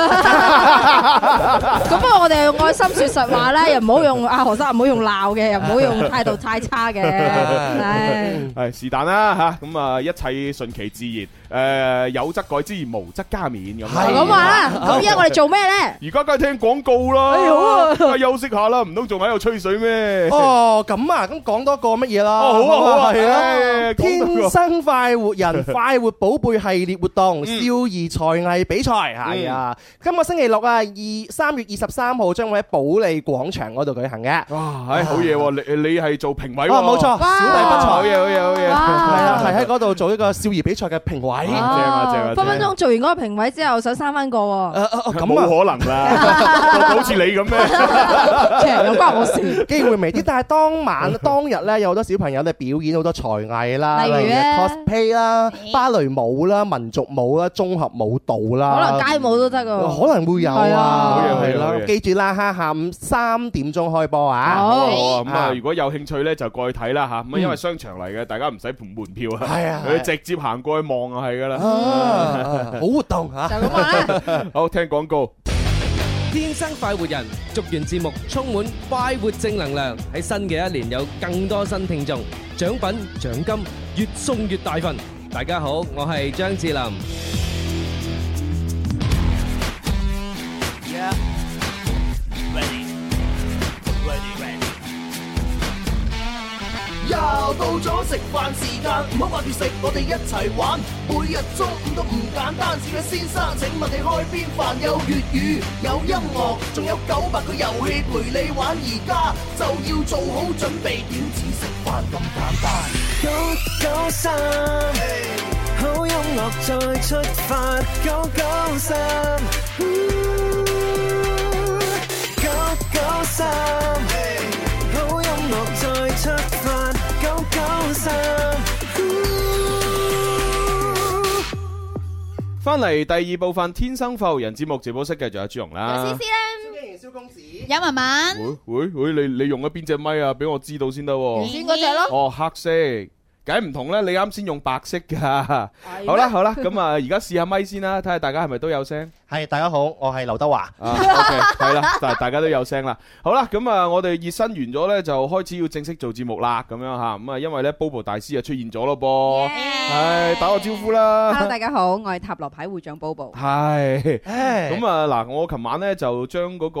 S6: 啊，我哋用愛心説實 話啦，又唔好用阿何生，唔好用鬧嘅，又唔好用態度太 差嘅。唉，
S3: 係是但啦吓，咁啊一切順其自然，誒呃有則改之，無則加勉咁。
S6: 就哦咁話啦。咁而家我哋做咩咧？
S3: 而家梗係聽廣告啦，
S6: 哎好啊
S3: 梗係休息下啦，唔通仲喺度吹水咩？
S5: 哦，咁啊，咁講多個乜嘢啦？
S3: 哦好啊好啊
S5: 係
S3: 唉
S5: 啊！
S3: 講多個
S5: 天生快活 人快活寶貝系列活
S3: 嗯
S5: 動少兒才藝比賽係啊！今個星期六啊，二三月二十三號將會喺保利廣場嗰度舉行嘅。
S3: 哇，係好嘢喎！你你哦係做評委喎？
S5: 哦，冇錯，小弟不才，
S3: 好嘢好嘢好嘢！
S5: 係 啦，係喺嗰度做一個少兒比賽嘅評委，正
S3: 啊 正啊
S6: 分分鐘做完嗰個評委之後，想三翻個喎。
S5: 哦啊
S3: 冇可能 啦，好似你咁
S6: 其實有
S3: 咩？
S6: 關我事，
S5: 機會微啲。但係當晚當日咧，有好多小朋友咧表演好多才藝啦，
S6: 例如咧
S5: cosplay 啦、芭蕾舞啦、民族舞啦、綜合舞蹈
S6: 可
S5: 啦
S6: 能，街舞都得噶。
S5: 可能會有
S6: 係啊
S5: 啊
S3: 好嘢好，嘢
S5: 係
S3: 好
S5: 啦
S3: 嘢。
S5: 記住啦，下下午三點鐘開波啊！
S3: 好啊，咁啊，
S5: 啊
S3: 如果有興趣咧，就過去睇啦嚇。咁啊，因為商場嚟嘅，大家唔使盤門票啊，
S5: 係啊係啊
S3: 佢直接行過去望啊，係噶
S5: 啊
S3: 啦。
S5: 好活動嚇。
S3: 好，聽廣告。
S10: 天生快活人，祝願節目充滿快活正能量，喺新嘅一年有更多新聽眾，獎品獎金越送越大份。大家好，我係張智霖。
S11: Yeah. Ready. Ready. Ready.
S12: 又到咗食飯時間，唔好掛住食，我哋一齊玩。每日中午都唔簡單，小嘅先生，請問你開邊飯？有粵語，有音樂，仲有九百個遊戲陪你玩。而家就要做好準備，點止食飯咁簡單？
S11: 九九三，好音樂再出發，九九三，九九三，好音樂再出發，九九三。
S3: 翻嚟第二部分《天生快活人》節目直播室，繼續有朱容啦。
S6: Dạ
S4: 有文文，
S3: 會會會，你你用咗邊只咪啊？俾我知道先得喎。
S4: 原先嗰隻咯
S3: 哦，黑色，梗係唔同啦。你啱先用白色噶。好啦好啦，咁啊，而家試下咪先啦，睇下大家係咪都有聲。
S5: 係，大家好，我係劉德華。
S3: 啊，OK，係啦，但係大家都有聲啦。好啦，咁啊，我哋熱身完咗呢，就開始要正式做節目啦，咁樣吓。咁啊，因為呢 Bobo 大師啊出現咗咯噃，唉，打個招呼啦。
S7: Hello，大家好，我係塔羅牌會長 Bobo。
S3: 係，
S5: 唉
S3: 咁啊嗱，我琴晚咧就將嗰個誒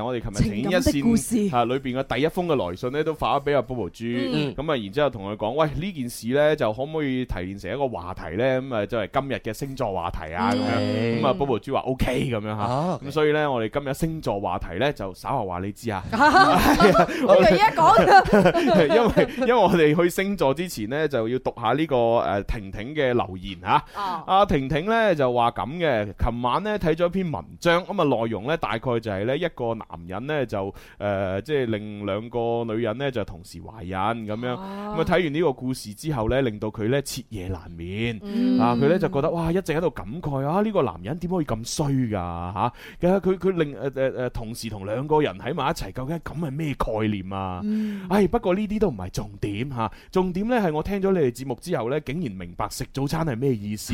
S3: 誒，我哋琴日
S7: 情
S3: 情
S7: 感
S3: 一
S7: 的故
S3: 線
S7: 事
S3: 嚇裏邊嘅第一封嘅來信咧，都發咗俾阿 Bobo 豬，
S7: 嗯
S3: 咁啊，然之後同佢講，喂呢件事咧就可唔可以提煉成一個話題咧？咁啊，就係今日嘅星座話題啊咁樣，
S7: Ừ.
S5: 嗯
S3: 咁啊，Bobo 豬話 OK 咁樣吓。咁所以呢，我哋今日星座話題呢，就稍後話你知啊。
S6: 我哋一講，
S3: 因為因為我哋去星座之前呢，就要讀下呢個誒婷婷嘅留言嚇。阿婷婷呢就話咁嘅，琴晚呢睇咗一篇文章，咁啊內容呢大概就係呢一個男人呢就誒即係令兩個女人呢就同時懷孕咁樣。咁啊
S7: 哦
S3: 睇完呢個故事之後呢，令到佢呢徹夜難眠
S7: Ừ.
S3: 啊！佢呢就覺得哇一直喺度感慨啊，呢個男人點可以咁衰㗎嚇？佢佢令誒誒誒同時同兩個人喺埋一齊，究竟咁係咩概念啊？唉，不過呢啲都唔係重點嚇、重點呢係我聽咗你哋節目之後呢，竟然明白食早餐係咩意思。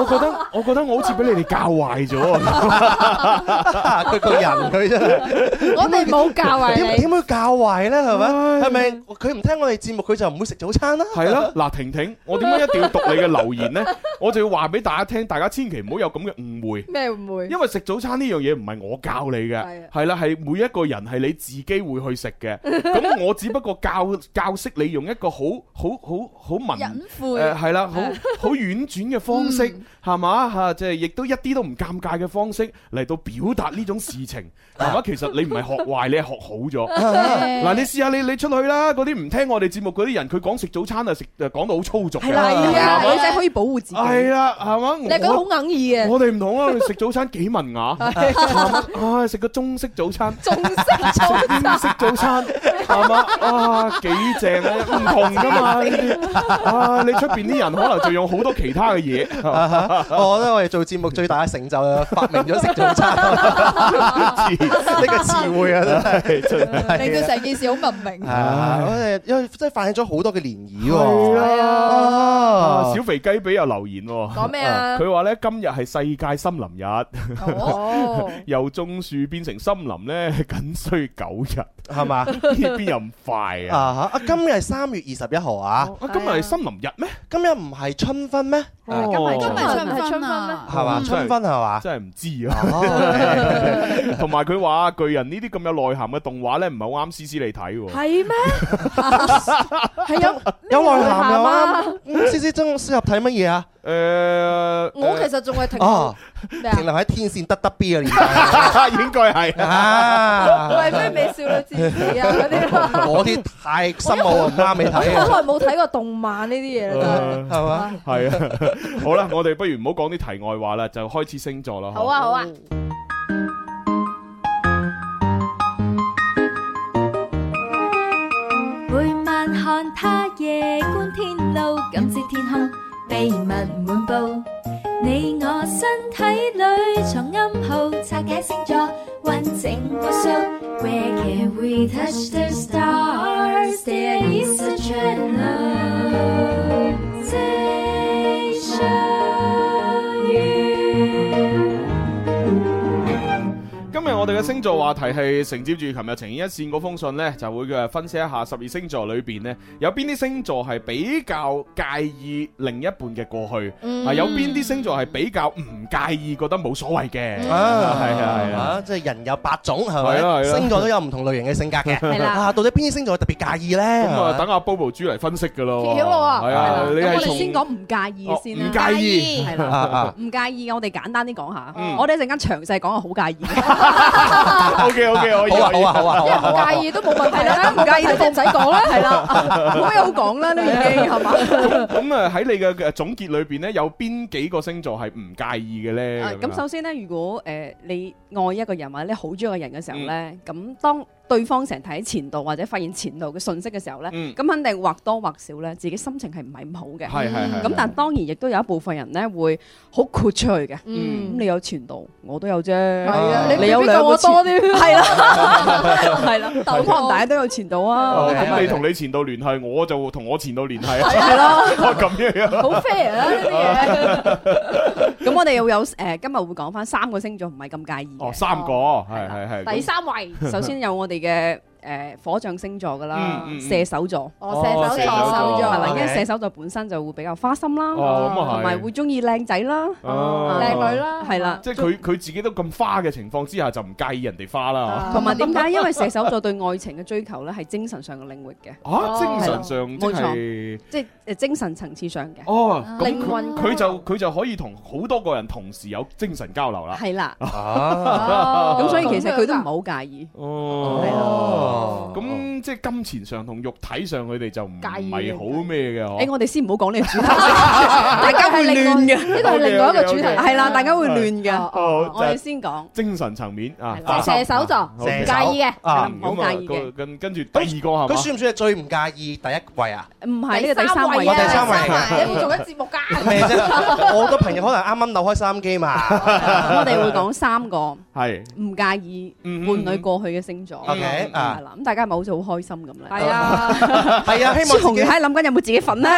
S3: 我覺得我覺得我好似俾你哋教壞咗啊，
S5: 佢個人佢真係，
S6: 我哋冇教壞
S5: 點
S6: 你
S5: 點。會教壞咧？係咪？係咪佢唔聽我哋節目，佢就唔會食早餐啦？
S3: 係咯，嗱，婷婷，我點解一定要讀你嘅留言呢？我就要話俾大家聽，大家千祈唔好有咁嘅誤會。
S6: 咩誤會？
S3: 因為食早餐呢樣嘢唔係我教你
S6: 啊
S3: 嘅，係啦，係每一個人係你自己會去食 嘅。咁我只不過教教識你用一個好好好好文
S6: 隱晦啊
S3: 誒
S6: 嗯
S3: 係啦，好好婉轉嘅方式係嘛嚇，即係亦都一啲都唔尷尬嘅方式嚟到表達呢種事 情係嘛。其實你唔係學壞，你係學好咗。嗱，你試下你你出去啦，嗰啲唔聽我哋節目嗰啲人，佢講食早餐啊食誒講到好粗俗嘅，
S6: 係啊
S3: 係嘛
S6: 女仔可以保護自己。
S3: 係啦，係嘛？
S6: 你係覺得好
S3: 我
S6: 硬 意嘅。
S3: 我哋唔同啊，我哋食早餐幾文雅， 啊食個中式早餐，中式
S6: 早
S3: 食英式早餐，係嘛？啊幾正啊，唔同噶嘛呢啲啊！你出邊啲人可能就用好多其他嘅嘢，
S5: 我覺得我哋哦做節目最大嘅成就係發明咗食早餐呢個詞彙啊，真係真係
S13: 令到成件事好文明。
S5: 啊！我哋因為真係發起咗好多嘅漣漪
S3: 係
S5: 喎。
S3: 啊
S5: 啊
S3: 小肥雞髀又留言喎，
S6: 講咩
S7: Ờ.
S6: 啊
S3: 佢話咧今日係世界森林日，由種樹變成森林咧，僅需九日，
S5: 係嘛
S3: 呢邊又唔快啊！哦
S5: 啊哈！啊今日係三月二十一號啊！
S3: 今日係森林日咩？
S5: 今日唔係春分咩？
S3: 今日春分
S6: 係春分咩？
S5: 係嘛？春分係嘛？哦
S3: 真哦嗯係唔知 啊！同埋佢話巨人呢啲咁有內涵嘅動畫咧，唔係好啱思思你睇喎。
S6: 係咩？ 係有
S5: 有內涵又
S6: 咩內涵啊
S5: 啱。咁思思中適合睇乜嘢啊？
S3: 誒，
S6: 我其實仲係停
S5: 哦，
S6: 咩啊
S5: 停留喺天線得得 B 嘅年代，
S3: 應該 係
S5: 啊。
S6: 為咩美少女戰士啊 嗰啲啦。
S5: 我啲太深奧啊，唔啱你睇
S6: 好
S5: 啊，
S6: 耐冇睇過動漫呢啲嘢啦，
S3: 誒
S5: 係嘛？
S3: 係啊，好啦，我哋不如唔好講啲題外話啦，就開始星座啦。
S6: 真係好啊好啊。
S2: 每晚看他夜觀天路，感知天空秘密滿布。你我身體裏藏暗號，拆解星座完整無數。Where can we touch the stars? There is a channel station you.
S3: 今日我哋嘅星座話題係承接住琴日情意一線嗰封信呢，就會嘅分析一下十二星座裏邊呢，有邊啲星座係比較介意另一半嘅過去，
S5: 嗯
S3: 啊有邊啲星座係比較唔介意，覺得冇所謂
S5: 啊，
S3: 嘅，係啊係
S5: 係
S3: 啊。
S5: 啊，即係人有八種
S3: 係啦係
S5: 係
S3: 啦
S5: 咪？星座都有唔同類型嘅性格
S3: 係
S5: 嘅。
S3: 啦
S5: 啊，到底邊啲星座特別介意咧？
S3: 咁
S5: 係
S3: 啊，
S5: 咪
S3: 等阿 Bobo 豬嚟分析噶咯喎。
S7: 揭曉咯喎
S3: 係啊，你
S7: 咁我
S3: 係
S7: 哋先
S3: 從
S7: 講唔介意先啦，
S3: 哦唔介意
S7: 係
S3: 啊
S7: 啦
S3: 啊，
S7: 唔介意，我哋簡單啲講下
S3: 嗯，
S7: 我哋一陣間詳細講，我好介意，
S3: OK OK，可以
S5: 好啊
S3: 可以
S5: 好啊 好啊好啊好啊
S7: 因為唔介意都冇問題啦，唔介意都唔使講啦，係啦，冇咩好講啦，都已經
S5: 啊
S7: 係嘛，
S3: 咁咁啊喺你嘅嘅總結裏邊咧，有邊幾個星座係唔介意嘅咧？
S6: Ờ,
S7: Ờ,
S3: 樣
S7: 咁首先咧，如果誒你愛一個人或者你好中意一個人嘅時候咧，咁當對方成日睇前度或者發現前度嘅信息嘅時候咧，
S6: 嗯
S7: 咁肯定或多或少咧，自己心情係唔係咁好嘅。
S6: 係係係
S7: 咁但係當然亦都有一部分人咧會好豁出去嘅。
S6: 嗯
S7: 咁你有前度，我都有啫。
S6: 啊你
S7: 有
S6: 未必夠我多添
S7: 係啦，係啦，咁可能大家都有前度啊。
S3: 哦咁你同你前度聯繫，我就同我前度聯繫啊。
S7: 係咯
S3: 哦，咁樣啊。
S7: 好 fair 啊呢 啲嘢。咁我哋又有誒，今日會講翻三個星座唔係咁介意嘅。
S3: 哦，三個，係係係。
S7: 第三位，
S3: 咁
S7: 首先有我哋嘅誒火象星座噶啦
S6: 嗯嗯，嗯
S7: 射手座。
S6: 哦射手座射手座
S7: 係啦，因為
S6: OK
S7: 射手座本身就會比較花心啦，
S3: 哦咁啊係
S7: 同埋會中意靚仔啦，
S3: 哦
S7: 靚女啦，係啦。
S3: 即係佢佢自己都咁花嘅情況之下，就唔介意人哋花啦。啊
S7: 同埋點解？因為射手座對愛情嘅追求咧係精神上嘅領 域嘅。
S3: 啊，精
S7: 哦係啦
S3: 神上即
S7: 冇錯，
S3: 係
S7: 即係誒精神層次上嘅。
S3: 哦，咁
S7: 靈
S3: 佢
S7: 魂
S3: 佢就佢就可以同好多個人同時有精神交流啦。
S7: 係啦。
S3: 啊
S7: 咁所以其實佢都唔係好介意。
S3: 哦，咁即係金錢上同肉體上，佢哋就唔
S7: 介意哎
S3: 係好咩嘅嗬。
S7: 誒，我哋先唔好講呢個主 題，大家會亂嘅。
S3: 呢個係另外一個主題
S7: 係啦，大家會亂嘅。
S3: 哦
S7: 我哋先講。
S3: 精神層面啊，
S7: 啦
S3: 花心
S7: 射手座
S3: 啊
S7: 唔
S3: ，OK
S7: 介意嘅
S3: 啊
S7: 係啦唔好介意嘅
S3: 咁啊跟跟住第二個係嘛？
S5: 佢算唔算係最唔介意第一 位啊？
S7: 唔係呢個第三位，
S5: 我第三位
S6: 你會做緊節目㗎？
S5: 咩啫？我個朋友可能啱啱扭開收音 機嘛。
S7: 我哋會講三個
S3: 係嗯
S7: 唔介意伴侶過去嘅星座。
S5: OK，啊
S7: 係啦，咁大家係咪好似好開心咁咧？ 係
S6: 啊，
S5: 係啊，希
S7: 朱紅
S5: 望自己
S7: 而家諗緊有冇自己 份咧，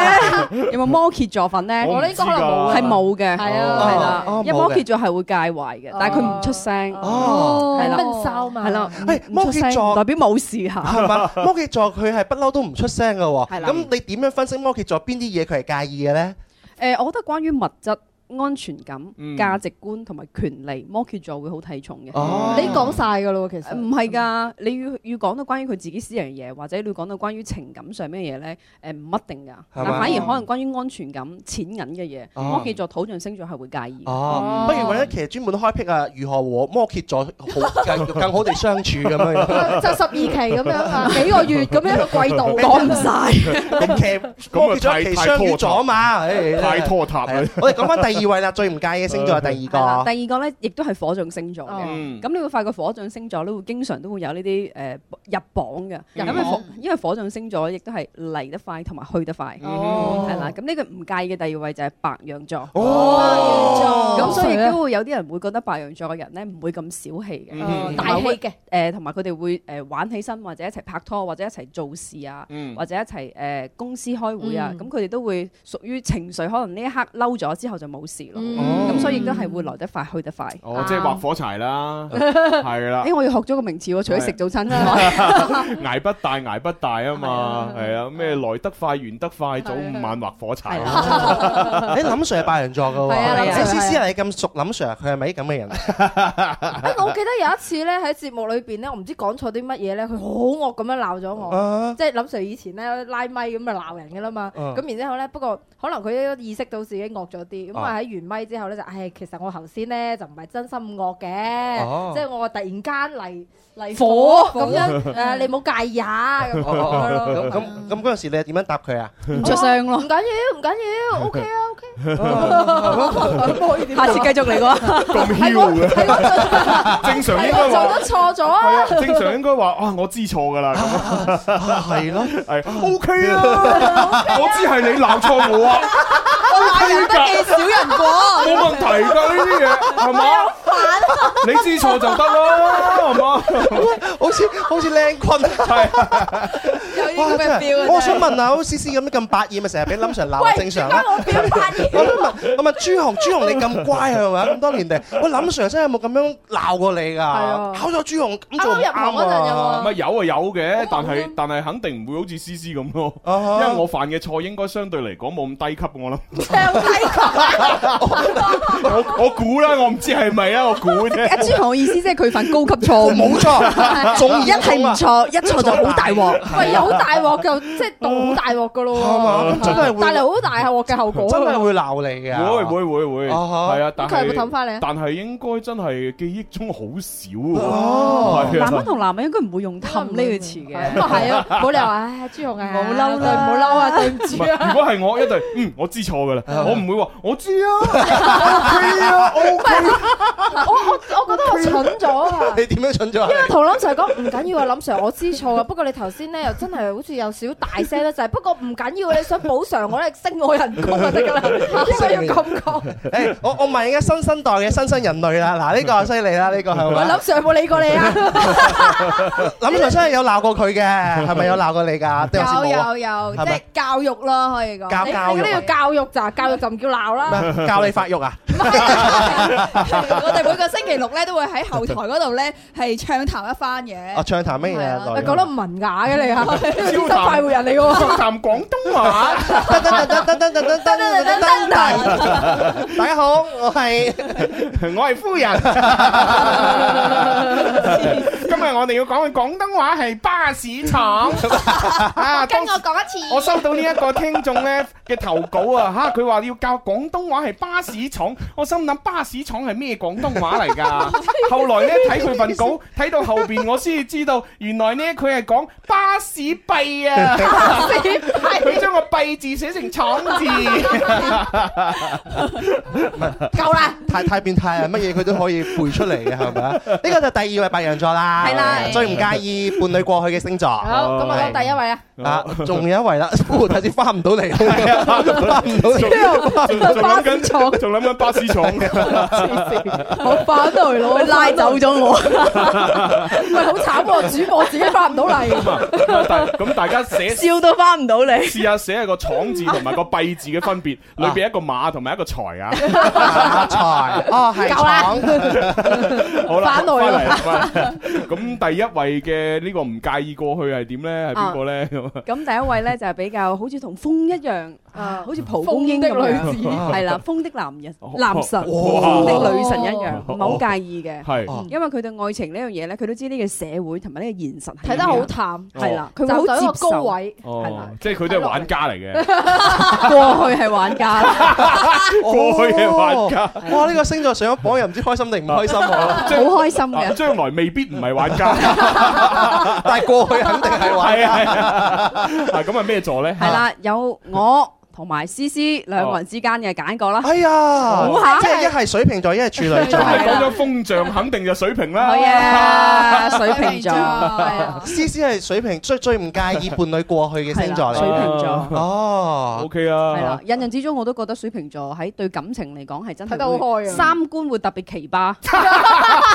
S7: 有冇摩羯座份咧？
S6: 我呢個可能冇啊
S7: 係冇嘅，係
S6: 啊
S7: 係啦
S5: 哦，
S7: 因為
S5: 冇嘅
S7: 摩羯座係會介懷嘅，但係佢唔出聲，
S5: 哦
S7: 係啦，
S6: 悶騷嘛
S7: 係啦，
S5: 摩
S7: 唔出聲
S5: 羯座
S7: 代表冇事嚇，
S5: 係嘛？摩羯座佢係不嬲都唔出聲嘅喎。
S7: 係啦
S5: 咁你點樣分析摩羯座邊啲嘢佢係介意嘅咧？
S7: 誒，我覺得關於物質。安全感
S5: 嗯、
S7: 價值觀同埋權利，摩羯座會好睇重嘅。
S5: 哦
S6: 你講晒㗎咯喎，其實
S7: 呃唔係㗎，你要要講到關於佢自己私人嘢，或者你要講到關於情感上面嘅嘢咧，誒唔一定㗎。但反而可能關於安全感、錢銀嘅嘢，
S5: 哦
S7: 摩羯座土象星座係會介意嘅。
S5: 哦，不如揾一期專門開闢啊，如何和摩羯座 好更更好地相處咁樣。
S6: 就十二期咁樣 啊，幾個月咁樣一個季 度，
S5: 講唔
S7: 晒。
S5: 咁啊期摩羯座一期相遇咗嘛？唉
S3: 太拖沓啦
S5: 係啊我哋講翻第二位啦，最唔介意嘅星座係第
S7: 係啦
S5: 二個。
S7: 第二個咧，亦都係火象星
S6: 哦
S7: 座嘅。
S5: 嗯
S7: 咁你會發覺火象星座咧，會經常都會有呢啲誒入榜嘅。咁
S6: 入
S7: 因為
S6: 榜
S7: 火因為火象星座亦都係嚟得快同埋去得快，
S6: 哦
S7: 係啦。咁呢個唔介意嘅第二位就係白羊座。
S6: 哦白羊
S7: 咁
S6: 座
S7: 所以亦都會有啲人會覺得白羊座嘅人咧唔會咁小氣
S6: 嗯
S7: 嘅，
S6: 大氣嘅。
S7: 誒，呃同埋佢哋會誒玩起身，或者一齊拍拖，或者一齊做事啊
S6: 嗯，
S7: 或者一齊誒公司開會啊。
S6: 嗯
S7: 咁佢哋都會屬於情緒，可能呢一刻嬲咗之後就冇事咯。
S3: 嗯
S7: 咁所以都係會來得快去得快。
S3: 哦，即係劃火柴 啦，係啦。
S7: 誒，我要學咗個名詞喎，除咗食早餐之外，
S3: 哎捱不大，捱不大啊嘛，係啊，咩來得快，完得快，早午晚劃火柴。啊
S5: 你林 Sir 係白羊座嘅
S6: 係啊林
S5: 喎，
S6: Sir
S5: 你思思
S6: 係啊
S5: 你咁熟林 Sir，佢係咪啲咁嘅人？
S6: 啊我記得有一次咧喺節目裏邊咧，我唔知講錯啲乜嘢咧，佢好惡咁樣鬧咗我
S5: 啊，
S6: 即係林 Sir 以前咧拉咪咁就鬧人嘅啦嘛。
S5: 啊
S6: 咁然之後咧，不過可能佢都意識到自己惡咗啲，咁
S5: 啊
S6: 啊喺完咪之後咧就，唉，其實我頭先咧就唔係真心惡
S5: 哦
S6: 嘅，即係我突然間嚟嚟
S7: 火
S6: 火 咁樣誒，你唔好介意啊咁樣
S5: 哦
S6: 咯。
S5: 咁咁嗰陣時你係點樣答佢啊？
S7: 唔出聲咯
S6: 唔。 緊要，唔緊要，OK 啊 OK。唔 啊可以點講
S7: 下次繼續嚟過。
S3: 咁囂
S5: 啊
S3: 嘅，正常應該
S6: 係我
S3: 話。
S6: 做得錯咗
S3: 係啊
S6: 啊！，
S3: 正常應該話啊，我知錯噶啦，啊
S5: 啊係咯，
S3: 係
S5: 哎
S3: OK 啊，我知係你鬧錯我 啊
S6: 我
S5: 啊
S3: ，OK 㗎，
S6: 人
S3: 冇問題㗎呢啲嘢，係嘛？你知錯就得啦，係嘛？
S5: 好似好似靚坤，哇啊真
S6: 啊
S5: 係我想問下，好似思思咁咁百厭咪啊成日俾林 Sir 鬧正常啊啦。
S6: 我表白
S5: 我想問，我問朱紅，朱紅你咁乖係咪？咁多年嚟，喂林 Sir 真係有冇咁樣鬧過你㗎？考咗朱紅咁做唔啱啊
S3: 唔！係有啊有嘅，但係但係肯定唔會好似 C C 咁咯，
S5: Ờ, 啊
S3: 因為我犯嘅錯應該相對嚟講冇咁低級，我諗。 我我估啦，我唔知係咪啊，我估 啫。
S5: 哎
S7: 阿朱紅嘅意思即係佢犯高級錯誤，
S5: 冇 錯仲
S7: 一係唔 錯，一錯就好大鑊。
S6: 喂，有好大鑊就即係到好大鑊噶 咯
S5: 係 嘛
S6: 喎，
S5: 咁真係會
S6: 帶嚟好大鑊嘅後果。
S5: 真係會鬧你㗎。
S3: 會會會會，
S5: 啊哈
S3: 係啊，但
S6: 佢有
S3: 係
S6: 冇氹返你啊
S3: 但係應該真係記憶中好少喎
S5: 哦
S3: 係啊
S7: 男人 同男人應該唔會用氹呢個詞 嘅。
S6: 咁啊係啊，冇理由話唉朱紅啊，
S7: 冇嬲啦
S6: 對唔好嬲啊，對唔
S3: 唔
S6: 住
S3: 係如
S6: 啊。
S3: 果係我一定，嗯，我知錯噶啦，
S5: 啊
S3: 我唔會話我知 啊，OK 啊，OK。
S6: 我我我覺得我蠢咗啊！
S5: 你點樣蠢咗啊？
S6: 因為同林 Sir 講唔緊要啊，林 Sir 我知錯啊，不過你頭先咧又真係好似有少少大聲得滯，不過唔緊要，你想補償我咧，升我人工就 得㗎啦，應該要咁講。
S5: 誒，我我問而家新生代嘅新生人類啦，嗱呢個犀利啦，呢個係
S6: 喂，林
S5: 咪？
S6: Sir 有冇理過你啊？
S5: 林 Sir 真係有鬧過佢嘅，係咪有鬧過你㗎？定還是
S6: 有
S5: 冇啊
S6: 有有，即
S5: 係咪
S6: 係教育咯，可以 講。
S5: 教
S6: 你
S5: 教育
S6: 呢個教育咋？教育就唔叫鬧啦。
S5: 教你發育啊？
S6: 我
S13: 哋每個星期六咧都會喺後台嗰度咧係暢談一番嘅。
S5: 啊，唱談咩嘢啊？
S6: 你講得唔文雅嘅你嚇，
S5: 招
S6: 真
S5: 談
S6: 快活人嚟喎。
S5: 招
S3: 談廣東話。
S5: 噔噔噔噔噔噔噔噔噔噔噔 大家好，我 係
S3: 我係夫人。今日我哋要講嘅廣東話係巴士 廠。啊，
S13: 跟
S3: 當
S13: 我講一次。
S3: 我收到呢一個聽眾咧嘅投稿啊，吓佢話要教廣東話係巴士廠，我心諗巴士廠係咩廣東話嚟 㗎？後來咧睇佢份稿，睇到後邊我先至知道，原來咧佢係講巴士幣啊，
S11: 巴士
S13: 幣
S3: 佢將個幣字寫成廠 字。
S5: 夠啦，太太變態啊！乜嘢佢都可以背出嚟嘅，係咪 啊？呢個就第二位白羊座啦，
S6: 係啦
S5: 最唔介意伴侶過去嘅星座。
S6: 好，咁我講第一位啊。
S5: 一啊，仲有一位啦， 我頭先翻唔到 嚟，翻唔到
S6: 仲有
S13: 啊
S5: 嚟，
S3: 仲諗緊廠，仲諗緊巴士廠。
S6: 我翻到嚟咯，
S13: 佢拉走咗我
S6: 喂，好慘喎！主播自己翻唔到嚟，
S3: 咁大家寫
S13: 笑到翻唔到嚟。
S3: 試下寫下個廠字同埋個幣字嘅分別，裏邊一個馬同埋一個財啊。
S5: 財哦係
S6: 夠啦
S5: 廠，
S3: 好啦，
S6: 翻來啦
S3: 翻嚟啦。咁第一位嘅呢個唔介意過去係點咧？係邊個咧？咁啊
S7: 咁第一位咧就係比較好似同風一樣，啊，好似蒲公英咁
S6: 風的
S7: 樣
S6: 女子
S7: 係啦，風的男人
S6: 哦
S7: 男神，
S6: 哇
S7: 風的女神一樣，唔係好介意
S3: 哦
S7: 嘅，
S6: 係
S7: 嗯因為佢對愛情呢樣嘢咧，佢都知呢個社會同埋呢個現實係
S6: 睇得
S7: 點樣
S6: 好淡
S7: 係啦，啊佢
S6: 就
S7: 會
S6: 到
S7: 好
S6: 一個
S7: 接受
S6: 高位。
S3: 哦，即係佢都係玩家嚟 嘅。
S7: 過去係玩家啦，
S3: 過去嘅玩家
S5: 哇！呢個星座上咗榜又唔知開心定唔開心 喎，
S7: 好開心
S3: 啊
S7: 嘅。
S3: 將來未必唔係玩家，
S5: 但係過去肯定係玩
S3: 係啊係啊，啊咁係咩座咧？
S7: 係啦，有我同埋思思兩個人之間嘅揀過啦。
S5: 哎呀
S7: 估下，
S5: 即係一係水瓶座，一係處女座。
S3: 係啊講咗風象，肯定就水瓶啦。
S7: 係 啊，水瓶座。啊
S5: 思思係水瓶，最最唔介意伴侶過去嘅星座
S7: 係
S5: 嚟。
S7: 啦水瓶座
S5: 哦
S3: ，OK
S7: 係啦
S5: 啊，
S7: 印象之中我都覺得水瓶座喺對感情嚟講係真係
S6: 睇得好
S7: 會
S6: 開啊
S7: 三觀會特別奇葩，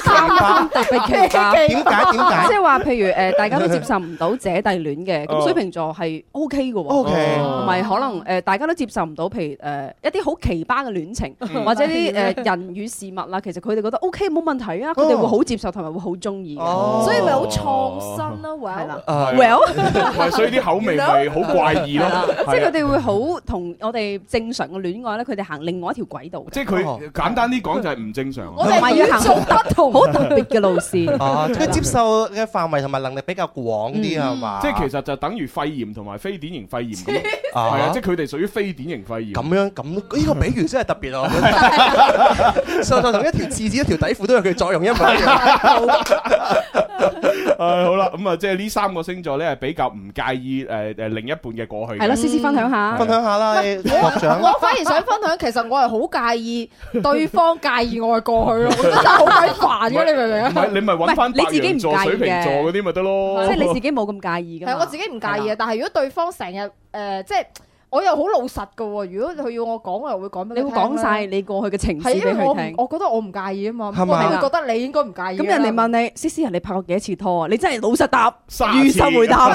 S7: 三觀特別奇 葩。
S5: 點解點 解
S7: 即係話譬如誒，大家都接受唔到姐弟戀嘅，咁水瓶座係 O K 嘅喎哦
S5: OK
S7: 同埋可能誒大家都接受唔到，譬如誒一啲好奇葩嘅戀情，或者啲誒人與事物啦，其實佢哋覺得 O K 冇問題啊，佢哋會好接受同埋會好中意嘅，
S3: 哦
S6: 所
S7: 所
S6: 以
S7: 以
S6: 咪
S7: 咪
S6: 好
S7: 好
S6: 創
S2: 啊
S6: 新
S13: 啊
S6: 咯，
S7: 係啦。
S3: 係
S7: Well
S3: 咪所以啲口味咪好怪異
S7: 係啦
S3: 咯。
S7: 即係佢
S3: 係啊
S7: 哋會好同我哋正常嘅戀愛咧，佢哋行另外一條軌道。
S3: 即係佢簡單啲講就係唔正常。
S7: 同埋要行不同、好特別嘅路 線。
S5: 哦，佢接受嘅範圍同埋能力比較廣啲係嘛？
S3: 即係其實就等於肺炎同埋非典型肺炎咁，係
S5: 啊
S3: 啊，即係佢哋屬於非典型肺炎。
S5: 咁樣咁呢個比喻真係特別啊！就就同一條廁紙、一條底褲都有佢作用一模一樣。
S3: 誒好啦，咁啊，即係呢三個星座咧係比較唔介意誒誒另一半嘅過去嘅。
S7: 係咯，思思分享下，
S5: 分享下啦，你學長。
S6: 我反而想分享，其實我係好介意對方介意我嘅過去咯，我覺得真係好鬼煩嘅，你明唔明
S3: 唔係
S6: 啊？
S3: 你咪揾翻
S7: 唔係
S3: 白
S7: 你自己
S3: 羊
S7: 唔
S3: 座、
S7: 介意
S3: 水
S7: 嘅
S3: 瓶座嗰啲咪得咯。
S7: 即係你自己冇咁介意㗎嘛。
S6: 係我自己唔介意啊，但係如果對方成日誒，即係我又好老實嘅喎。如果佢要我講，我又會講俾
S7: 你會
S6: 佢聽
S7: 講
S6: 啦
S7: 晒你過去嘅情史
S6: 係
S7: 俾
S6: 因為我
S7: 佢
S6: 唔
S7: 聽。
S6: 我覺得我唔介意啊嘛，
S7: 係
S6: 我
S7: 嘛
S6: 咪覺得你應該唔介意啊啦。
S7: 咁人哋問你，思思人哋拍過幾多次拖啊？你真係老實答，
S3: 次
S7: 如實回答。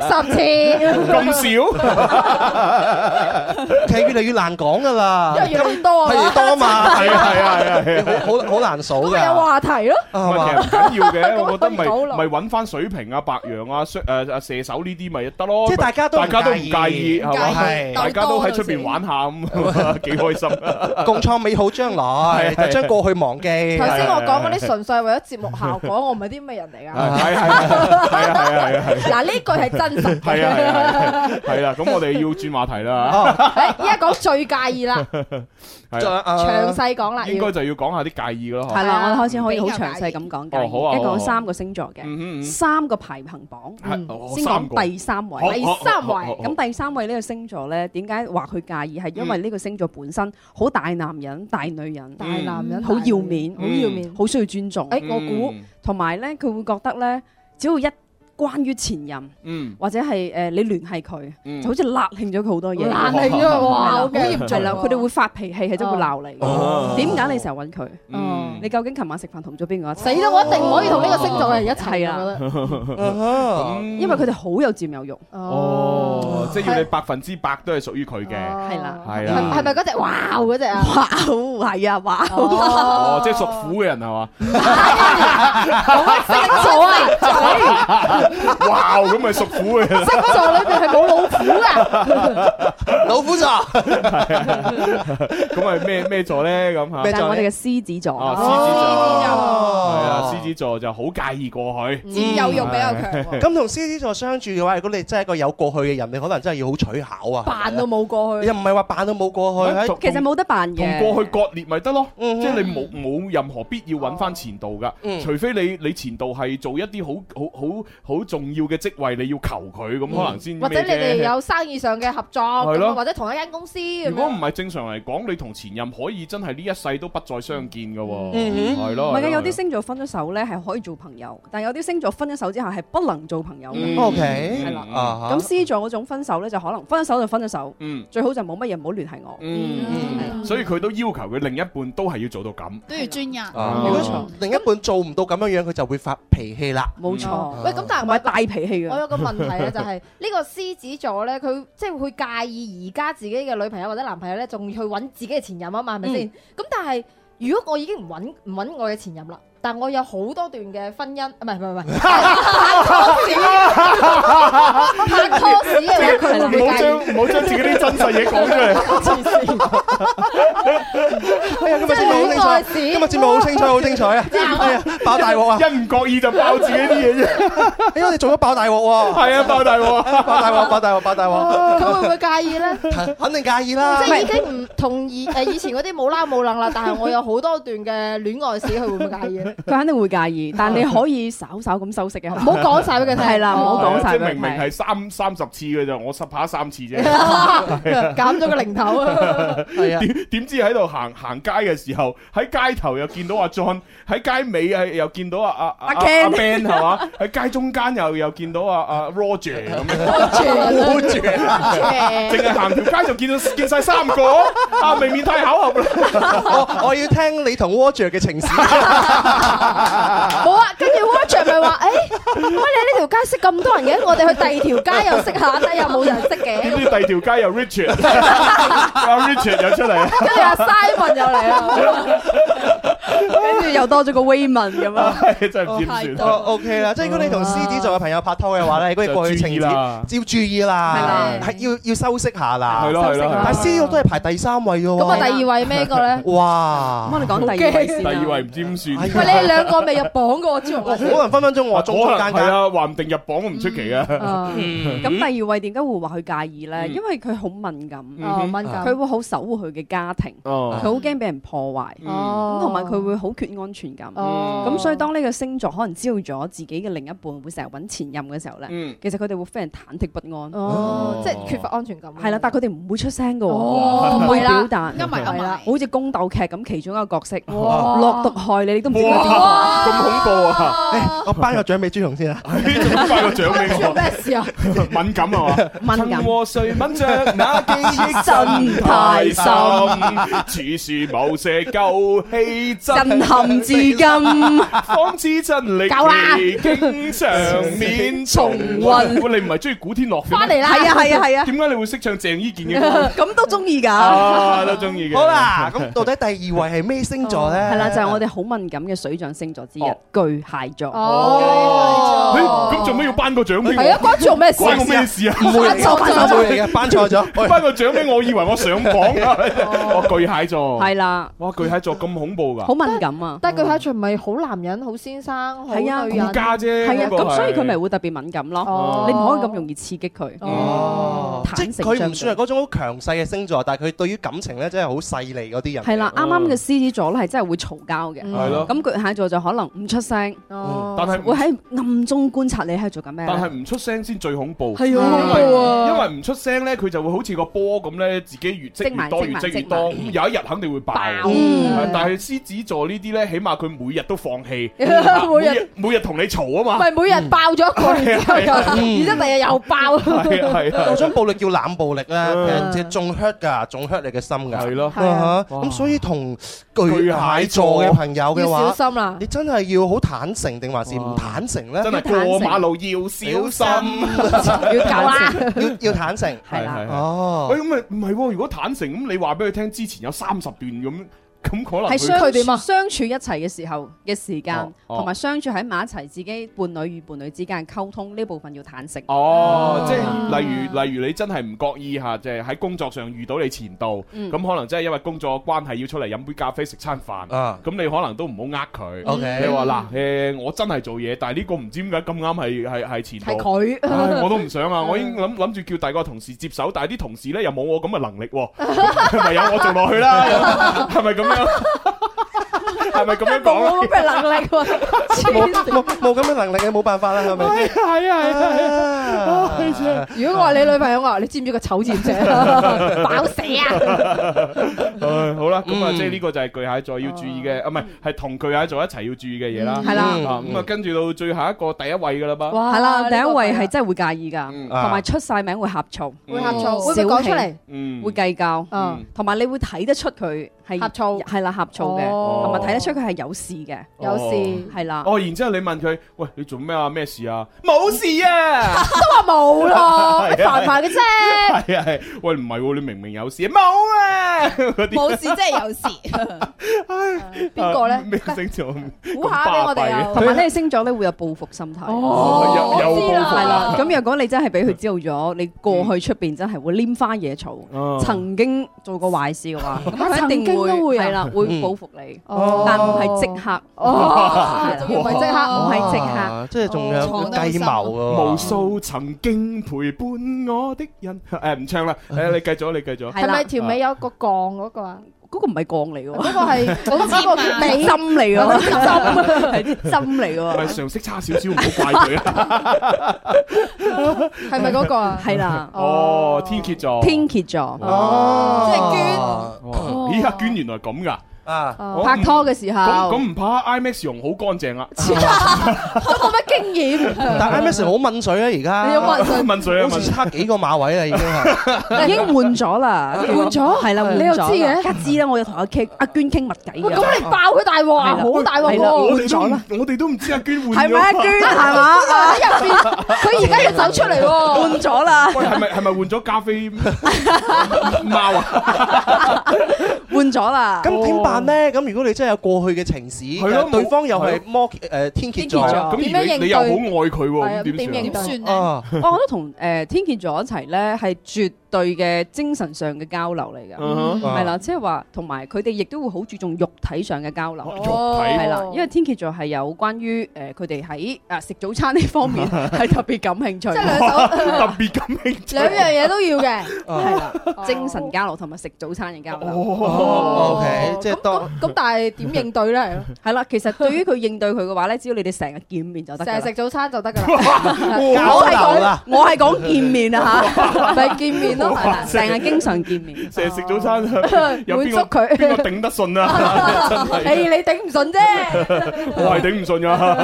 S6: 三十次，
S3: 咁少，
S5: 其實越嚟越難講㗎啦，
S6: 因為越嚟越多啊
S5: 係越多嘛，
S3: 係啊係啊係啊
S5: 你好好好難數
S6: 咁咪有
S5: 㗎。
S6: 話題咯。
S5: 係
S3: 唔
S5: 嘛
S3: 係其實唔緊要嘅，我覺得咪
S6: 咁可以講咯
S3: 咪揾翻水瓶啊、白羊啊、雙誒誒射手呢啲咪得咯。
S5: 即係大家都唔
S3: 大家都唔
S5: 介意
S3: 介意，係嘛？
S5: 係
S3: 大家都喺出 邊玩下咁， 幾開心。
S5: 共創美好將來，
S3: 係係
S5: 就將過去忘記。
S6: 頭先我講嗰啲
S5: 係
S6: 純粹係為咗節目效果，我唔係啲咩人嚟
S3: 係係係係係啊係啊係啊係啊
S6: 㗎。嗱 呢句係真
S3: 啊
S6: 實 嘅。
S3: 係啊係啦，咁我哋要轉話題啦，
S6: 誒，依家講最介意啦，
S3: 係
S6: 詳
S3: 詳
S6: 細講啦，
S3: 應該
S6: 要
S3: 就要講下啲介意咯，
S7: 係啦，我哋開始可以好
S6: 比較
S7: 詳細咁講解，
S3: 哦好啊
S7: 一
S3: 好啊
S7: 講三個星座嘅，三個排行榜，
S3: 嗯係哦
S7: 先
S3: 三個
S7: 講第三
S3: 好
S7: 位。
S3: 第三位好好好
S7: 咁第三位呢個星座咧，點解話佢介意？係
S3: 嗯
S7: 因為呢個星座本身好大男人、大女人、嗯
S6: 大男人
S7: 好要面、
S6: 大女人好要面
S7: 好需要尊重。
S6: 誒我估嗯
S7: 同埋咧，佢會覺得咧，只要一關於前任。
S3: 嗯
S7: 或者係誒你聯繫佢，
S3: 嗯
S7: 就好似勒令咗佢好多嘢，
S6: 辣你啊！哇，好嚴重
S7: 係啦，
S6: 喎
S7: 佢哋會發脾氣，係真會鬧你
S6: 哦
S7: 嘅。點解你成日揾佢？
S3: 嗯哦
S7: 你究竟琴晚食飯同咗邊個一齊？
S6: 死啦！我一定唔可以同呢個星座嘅人一齊。
S7: 係
S6: 我覺
S7: 啦，
S6: 得
S3: 咁
S7: 因為佢哋好有佔有慾。
S6: 哦
S3: 哦，即係要你百分之百都係屬於佢嘅，
S7: 係啦
S3: 係
S6: 係係
S3: 啦，
S6: 咪嗰只哇嗰只啊？哇
S7: 係啊， 哇！
S3: 哦，即係屬虎嘅人係嘛？
S6: 星座啊，
S3: 哇，咁咪屬虎嘅人。
S6: 星座裏邊係冇老虎噶。
S3: 老虎座，咁係咩咩座咧？咁吓，
S7: 就係我哋嘅獅子座。
S3: 哦，獅子座，係啊，獅子座就好介意過去，
S5: 佔有欲比較強
S3: 係
S5: 咁同獅子座相處嘅話，如果你真係一個有過去嘅人，你可能真係要好取巧啊。
S7: 扮到冇過去
S5: 又唔係話扮到冇過去，
S7: 其實冇得扮嘅。
S3: 同過去割裂咪得咯，即
S7: 嗯
S3: 係你冇冇任何必要揾翻前度噶
S7: 嗯，
S3: 除非你你前度係做一啲好好好好重要嘅職位，你要求佢咁可能先
S6: 或者你
S3: 咩啫
S6: 哋有生意上嘅合 作，
S3: 係咯
S6: 咁或者同一間公司咁
S3: 如果唔
S6: 樣。
S3: 係正常嚟講，你同前任可以真係呢一世都不再相見嘅喎，
S7: 嗯
S3: 係咯。
S7: 唔係嘅，
S3: 係咯
S7: 有啲星座分咗手咧係可以做朋友，但係有啲星座分咗手之後係不能做朋友
S3: 嗯
S7: 嘅。
S5: 哦 OK，
S7: 係啦。
S5: 啊
S7: 咁獅座嗰種分手咧就可能分咗手就分咗手，
S3: 嗯
S7: 最好就冇乜嘢唔好聯繫我。
S3: 嗯，所以佢都要求佢另一半都係要做到咁。
S13: 都要專人。
S3: 啊
S5: 如果另一半做唔到咁樣樣，佢就會發脾氣啦。
S7: 冇
S6: 錯
S3: 嗯
S6: 喂，咁但係
S7: 唔係大脾氣啊嘅。
S6: 我有個問題咧，就係呢個獅子座咧，佢即係會介意而家自己嘅女朋友或者男朋友咧，仲要去揾自己嘅前任啊嘛，係咪先
S7: 嗯？
S6: 咁但係如果我已經唔揾唔揾我嘅前任啦，但我有好多段嘅婚姻，唔係唔係 唔係，
S3: 唔好
S6: 拍拖史嘅話，佢會唔會介意
S3: 將？唔好將自己啲真實嘢講出嚟。
S5: 哎呀，今日節目好精彩，今日節目好精彩，好精彩啊！哎呀，爆大鑊啊！
S3: 一唔覺意就爆自己啲嘢啫。
S5: 哎，我哋做咗爆大鑊喎。
S3: 係啊爆大鑊
S5: 爆大鑊，爆大鑊，爆大鑊。
S6: 佢會唔會介意咧？
S5: 肯定介意啦。
S6: 即係已經唔同以誒以前嗰啲冇啦冇楞啦，但係我有好多段嘅戀愛史，佢會唔會介意咧？
S7: 佢肯定會介意，但你可以稍稍咁修飾 嘅，唔
S6: 好講晒俾佢聽
S7: 係啦，唔好講晒
S3: 哦即
S7: 俾
S3: 係
S7: 佢
S3: 明明
S7: 聽。
S3: 係三三十次嘅就我十下三次啫。
S6: 減咗個零頭啊！
S5: 係啊，
S3: 點點知喺度行行街嘅時候，喺街頭又見到阿 John，喺街尾係又見到阿阿
S7: 阿 Ken
S3: 阿 Ben 係嘛，喺街中間又又見到阿阿 Roger 咁 樣
S11: Roger
S5: Roger
S3: 淨係行條街就見到見晒三個，啊未免太巧合啦。
S5: 我我要聽你同 Roger 嘅情史。
S6: 冇啊，跟住 Roger 咪話：，誒，喂，你喺呢條街識咁多人嘅，我哋去第二條街又識下，睇又冇人識嘅。
S3: 點知第二條街又 Richard，阿 Richard 又出嚟，
S6: 跟住阿 Simon 又嚟啦，
S7: 跟住又多咗個威文咁啊！
S3: 真係唔知
S5: 哦
S3: 點算。
S5: OK 啦，即係如果你同獅子座嘅朋友拍拖嘅話咧，嗰啲過去情節要注意啦，係要要修飾下啦。
S7: 啊
S3: 係咯係咯係咯
S5: 但係獅子座都係排第三位嘅喎。
S6: 咁啊，第二位咩個咧？
S5: 哇！
S6: 咁我哋講第二位先
S3: 第
S6: 啦
S3: 二位唔知點算。
S6: 喂，你哋兩個未入榜噶，朱紅。
S5: 可能分分鐘啊我中中
S3: 可能
S5: 間
S3: 係
S5: 間。
S3: 啊，話唔定入榜都唔出奇啊。
S7: 啊
S3: 嗯
S7: 咁第二位點解會話佢介意咧？
S3: 嗯
S7: 因為佢好敏感，
S3: 哦敏感
S7: 佢會好守護佢嘅家庭，
S3: 哦
S7: 佢好驚俾人破壞，
S6: 哦
S7: 咁同埋佢會好缺安全
S6: Ờ.
S7: 感。
S6: 哦
S7: 咁所以當呢個星座可能知道咗自己嘅另一半會成日揾前任嘅時候咧
S6: 嗯，
S7: 其實佢哋會非常忐忑不安。
S6: 哦，即係缺乏安全感。
S7: 係啦，但係佢哋唔會出聲嘅喎，
S6: 哦
S7: 唔會
S6: 係啦
S7: 表達，
S6: 噏埋噏埋
S7: 係啦，好似宮鬥劇咁其中一個角色
S5: 哇
S7: 落毒害你，你都唔知佢邊個
S5: 哇
S3: 咁恐怖 啊！
S5: 誒 我頒個獎俾朱紅先啊！
S3: 咁快個獎 俾我，
S6: 咩事啊？
S3: 敏感啊嘛，
S7: 敏感
S3: 和誰吻着那記憶真太深，處是某些舊戲
S7: 震撼至今 à.
S3: 仿似真力
S7: 夠啦
S3: 經常面重
S7: 溫
S3: 喂，你唔係中意古天樂嘅咩
S7: 返嚟啦係啊係啊 係啊
S3: 點解你會識唱鄭伊 健嘅歌？
S7: 咁都中意㗎，
S3: 啊，都中意嘅。
S5: 好啦，咁到底第二位係咩星座咧？
S7: 哦係啦，就係 我哋好敏感嘅水象星座之一
S5: 哦
S7: 巨蟹座。
S3: 哦，誒咁做咩要頒個獎俾我？
S7: 係啊關朱紅咩事啊
S3: 關我咩事啊？
S5: 唔會嚟嘅，唔會嚟嘅，頒錯咗。
S3: 頒個獎俾我，以為我上榜啊！我巨蟹座
S7: 係啦，
S3: 哇，巨蟹座咁恐怖㗎，
S7: 敏感啊！
S6: 但係佢係仲唔係好男人、好先生、好女
S7: 係啊，
S6: 人。
S7: 係啊，
S3: 嗰個係
S7: 咁所以佢咪會特別敏感
S6: 哦
S7: 咯。你唔可以咁容易刺激佢。
S5: 哦，即係
S7: 坦誠
S5: 佢唔
S7: 相
S5: 算係嗰種好強勢嘅星座，但係佢對於感情咧真係好細膩嗰啲人。
S7: 係啦，啱啱嘅獅子座咧係真係會嘈交嘅。
S5: 係咯
S7: 咁巨蟹座就可能唔出聲，
S3: 但係唔
S7: 會喺暗中觀察你喺度做緊咩。
S3: 但係唔出聲先最恐怖，
S7: 係啊
S3: 因為
S7: 恐怖啊
S3: 因為唔出聲咧，佢就會好似個波咁咧，自己越積
S7: 積
S3: 越
S7: 埋
S3: 多，
S7: 積
S3: 越
S7: 埋
S3: 積越
S7: 積埋
S3: 多，咁有一日肯定會爆。
S7: 嗯
S3: 係但係獅子助呢啲呢，起碼佢每日都放 棄，
S6: 每日
S3: 啊每日每日同你嘈啊嘛。
S6: 咪每日爆咗一個，然之後又，然之後第日又爆。
S3: 啊
S5: 嗰種暴力叫冷暴力咧，其實仲 hurt 㗎，仲 hurt 你嘅心㗎。係咯
S6: 係啊
S5: 咁所以同巨蟹座嘅朋友嘅
S6: 要
S5: 話，
S6: 小心啦
S5: 你真係要好坦誠定還是唔坦誠 咧？
S3: 真係過馬路要小心，
S5: 要坦誠，要要坦誠，
S3: 係啦。哦，喂咁咪唔係喎？如果坦誠咁，你話俾佢聽之前有三十段咁，咁可能
S7: 係
S3: 佢
S7: 相相處一齊嘅時候嘅時間，
S3: 哦
S7: 同埋相處喺埋一齊自己伴侶與伴侶之間嘅溝通呢部分要坦誠。
S3: 哦，即係例如例如你真係唔覺意嚇，即係喺工作上遇到你前度，
S7: 嗯
S3: 咁可能真係因為工作關係要出嚟飲杯咖啡食餐飯，咁你可能都唔好呃佢。
S5: 啊 OK
S3: 你話嗱誒，我真係做嘢，但係呢個唔知點解咁啱係係係前度，
S5: 係佢
S3: 唉我都唔想啊！我已經諗諗住叫第二個同事接手，但係啲同事咧又冇我咁嘅能力喎，咪由我做落去啦，係咪咁樣？係咪咁樣講啊咧？
S6: 冇咁嘅能力喎，
S5: 冇冇冇咁嘅能力，你冇辦法啦，係咪先？
S3: 係啊係
S5: 啊！
S6: 如果我係你女朋友，我話你知唔知個醜字寫？飽死啊！
S3: 唉，好啦，咁啊，即係呢個就係巨蟹座要注意嘅，啊，唔係係同巨蟹座一齊要注意嘅嘢啦。
S7: 嗯係啦
S3: 啊咁啊，跟住到最後一個第一位噶啦噃。
S7: 係啦，第一位係真係會介意㗎，
S3: 啊
S7: 同埋出晒名會呷醋，
S3: 會呷醋
S6: 會唔會講出嚟
S3: 嗯
S7: 會計較
S6: 嗯，
S7: 同埋你會睇得出佢係呷醋，係啦呷醋嘅，
S3: 哦
S7: 同埋睇得出佢係有事嘅，
S3: 有事
S7: 係啦。
S3: 哦，然之後你問佢，喂，你做咩啊？咩事啊？冇事啊，
S6: 都話 冇咯，
S3: 係啊
S6: 煩煩嘅啫。
S3: 係啊係，喂，唔係喎，你明明有事，冇啊，嗰啲
S13: 冇事即係有事。
S3: 邊
S7: 個呢
S3: 咩星座？
S7: 估
S3: 下俾我哋又
S7: 同埋呢，星座咧會有報復心態。
S3: 哦有有報復
S7: 係啦
S3: 啊。
S7: 咁若果你真係俾佢知道咗，你過去出邊真係會拈花惹草
S3: 嗯，
S7: 曾經做過壞事嘅 話，咁
S6: 嚇
S7: 佢一
S6: 曾經
S7: 定會
S6: 都會啊
S7: 係啦，會
S6: 嗯
S7: 報復你，
S6: 哦
S7: 但唔係即刻。
S6: 哦
S7: 係啦
S6: 仲要唔係即刻
S7: 唔係即刻。
S5: 啊即係仲有
S3: 哦
S5: 計謀
S3: 無
S5: 㗎喎。
S3: 數曾經陪伴我的人，誒唔唱啦，誒你繼續，啊你繼續。
S6: 係咪條尾有個槓嗰個啊？
S7: 嗰個唔係鋼嚟喎，
S6: 嗰個係嗰
S7: 嗰
S6: 個叫尾
S7: 針嚟嘅喎，
S6: 嗰個針
S7: 係啲針嚟嘅
S3: 唔
S7: 喎
S3: 係。常識差少少，唔好怪佢啊啦。
S6: 係咪嗰個啊？
S7: 係啦，
S3: 哦，天蝎座，
S7: 天蝎 座，
S3: 哦，
S6: 即係捐
S3: 哦咦，阿娟原來咁噶，啊
S6: 拍拖嘅時候
S3: 咁咁唔怕 IMAX 用好乾淨啊，
S6: 我冇乜經驗。
S5: 但 M S 好敏水啊，而家
S6: 你有問水
S3: 問水啊
S5: 好似差幾個馬位啦，已經係。
S7: 已經換咗啦，
S5: 換咗
S7: 係啦，換咗啦
S6: 你又知嘅
S7: 梗係知啦，我有同阿傾阿娟傾密偈
S3: 哦
S7: 㗎。
S6: 咁你爆佢大鑊啊！
S7: 係啦
S6: 好大鑊
S7: 係啦
S6: 喎！
S7: 換咗啦，
S3: 我哋都唔知阿娟換
S7: 係咪阿娟係 嘛？啊
S6: 喺入邊，佢而家要走出嚟喎。
S7: 換咗啦，
S3: 喂，係咪係咪換咗咖啡 貓啊？
S7: 換咗啦。
S5: 咁點辦咧？咁如果你真係有過去嘅情史，
S3: 係咯
S5: 對方又
S3: 冇係
S5: 係
S3: 咯
S5: 摩誒天蠍座，
S3: 咁而你你又好愛佢
S7: 係啊
S3: 喎，咁
S7: 點
S3: 點
S7: 應對
S3: 算
S5: 啊？
S7: 我覺得同誒天蝎座一齊咧，係絕對嘅精神上嘅交流嚟
S3: 嗯
S7: 㗎，
S3: 哼
S7: 係啦，即係話同埋佢哋亦都會好注重肉體上嘅交流，肉
S3: 體
S7: 係啦，
S6: 哦
S7: 因為天蝎座係有關於誒佢哋喺啊食早餐呢方面係特別感興趣，
S6: 即係兩手
S3: 特別感興趣，
S6: 兩樣嘢都要嘅。
S7: 係
S6: 哦
S7: 啦，精神交流同埋食早餐嘅交流。
S5: 哦，OK，即係當
S6: 咁但係點應對 咧？
S7: 係啦，其實對於佢應對佢嘅話咧，只要你哋成日見面就得㗎
S6: 成
S7: 啦。
S6: 日食早餐就得㗎啦。
S7: 我係
S5: 交流啦
S7: 講我係講見面啊嚇，
S6: 咪見面咯
S7: 係啦成日經常見面。
S3: 成日食早餐，有邊個
S6: 滿足佢
S3: 邊個頂得順啊？真
S6: 誒，
S3: 係，
S6: 你頂唔順啫。
S3: 我係頂唔順啊！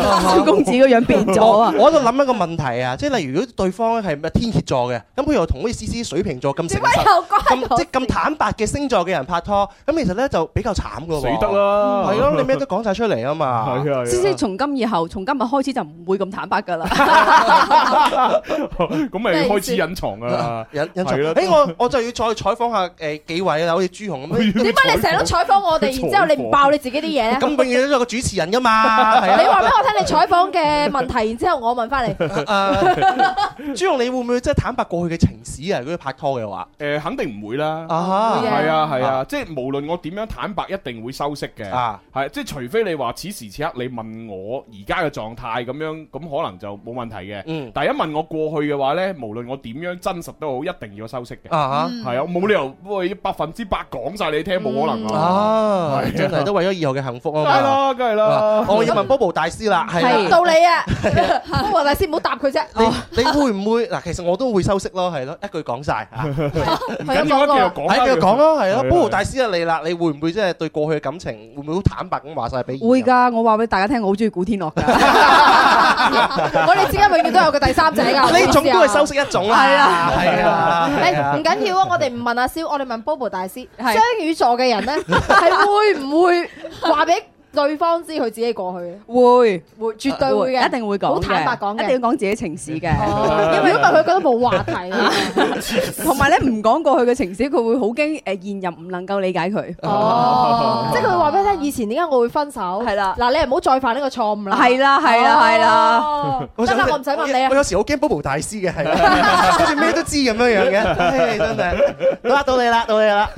S7: 公子個樣變咗 啊！
S5: 我喺度諗一個問題啊，即係例如如果對方係咩天蝎座嘅，咁佢又同好似 C C 水瓶座咁
S6: 啊
S5: 誠實、咁即係咁坦白嘅星座嘅人拍拖，咁其實咧就比較慘噶喎。
S3: 死得啦
S5: 係咯，你咩都講晒出嚟啊嘛。
S3: 係啊
S7: 思思從今以後，從今日開始就唔會咁坦白㗎啦。
S3: 咁咪開始隱藏啊！
S5: 隱隱
S3: 係啦
S5: 誒，我我就要再採訪下誒幾位啦，好似朱紅咁。
S6: 點解你成日都採訪我哋，然之後你唔爆你自己啲嘢咧？
S5: 咁永遠都有個主持人噶嘛，係啊。
S6: 啊你話俾我聽你採訪嘅問題，然之後我問 翻你。
S5: 誒，啊朱紅，你會唔會即係坦白過去嘅情史啊？如果拍拖嘅話，
S3: 誒肯定唔會啦，
S5: 啊會嘅
S3: 係啊係啊，
S5: 啊
S3: 即係無論我點樣坦白，一定會收息嘅，
S5: 啊
S3: 係即係除非你話此時此刻你問我而家嘅狀態咁樣，咁可能就冇問題嘅
S5: 嗯。
S3: 但係一問我過去嘅話呢，無論我點樣真實都好，一定要收息嘅，
S5: 啊哈
S6: 嗯
S3: 係啊，冇理由喂百分之百講晒你聽，冇可能啊！
S5: 啊
S3: 係啊，
S5: 真係都為咗以後嘅幸福啊嘛。
S3: 梗係啦梗係啦
S5: 啊我要問 Bobo 大師啦，係
S6: 係
S5: 啦。
S6: 到你 啊！不過大師唔好答佢啫。
S5: 你會唔會嗱？其實我都會收息咯，係咯，一句講晒嚇。
S6: 係啊
S3: 緊要啊
S6: 講
S5: 係
S3: 繼續講啦
S6: 過
S5: 繼續講咯，係咯。
S3: 係啊
S5: Bobo 大師啊，你啦，你會唔會即係對過去嘅感情會唔會好坦白咁話晒俾？
S7: 會㗎，我話俾大家聽，我好中意古天樂㗎。
S6: 我哋之間永遠都有個第三者㗎。
S5: 呢種都係修飾一 種啦。
S6: 係啊
S5: 係啊，係啊
S6: 誒唔緊要啊！我哋唔問阿蕭，我哋問 Bobo 大師，
S7: 係
S6: 雙魚座嘅 人咧係會唔會話俾對方知佢自己過去嘅？
S7: 會
S6: 會絕對會嘅，
S7: 一定會講嘅
S6: 好坦白講嘅，哦
S7: 一定要講自己情史嘅。
S6: 因為如果唔係佢覺得冇話題啦。
S7: 同埋咧，唔講過去嘅情史，佢會好驚誒現任唔能夠理解佢。
S6: 哦，即係佢會話俾你聽，以前點解我會分手？係啦，嗱，你係唔好再犯呢個錯誤啦。
S7: 哦係啦係啦係啦
S6: 哦
S5: 我
S6: 得
S5: 想
S6: 啦，我唔使問你啊
S5: 我。有時好驚 Bobo 大師嘅係， 好似咩都知咁樣樣嘅，唉真係啦到你啦到你啦，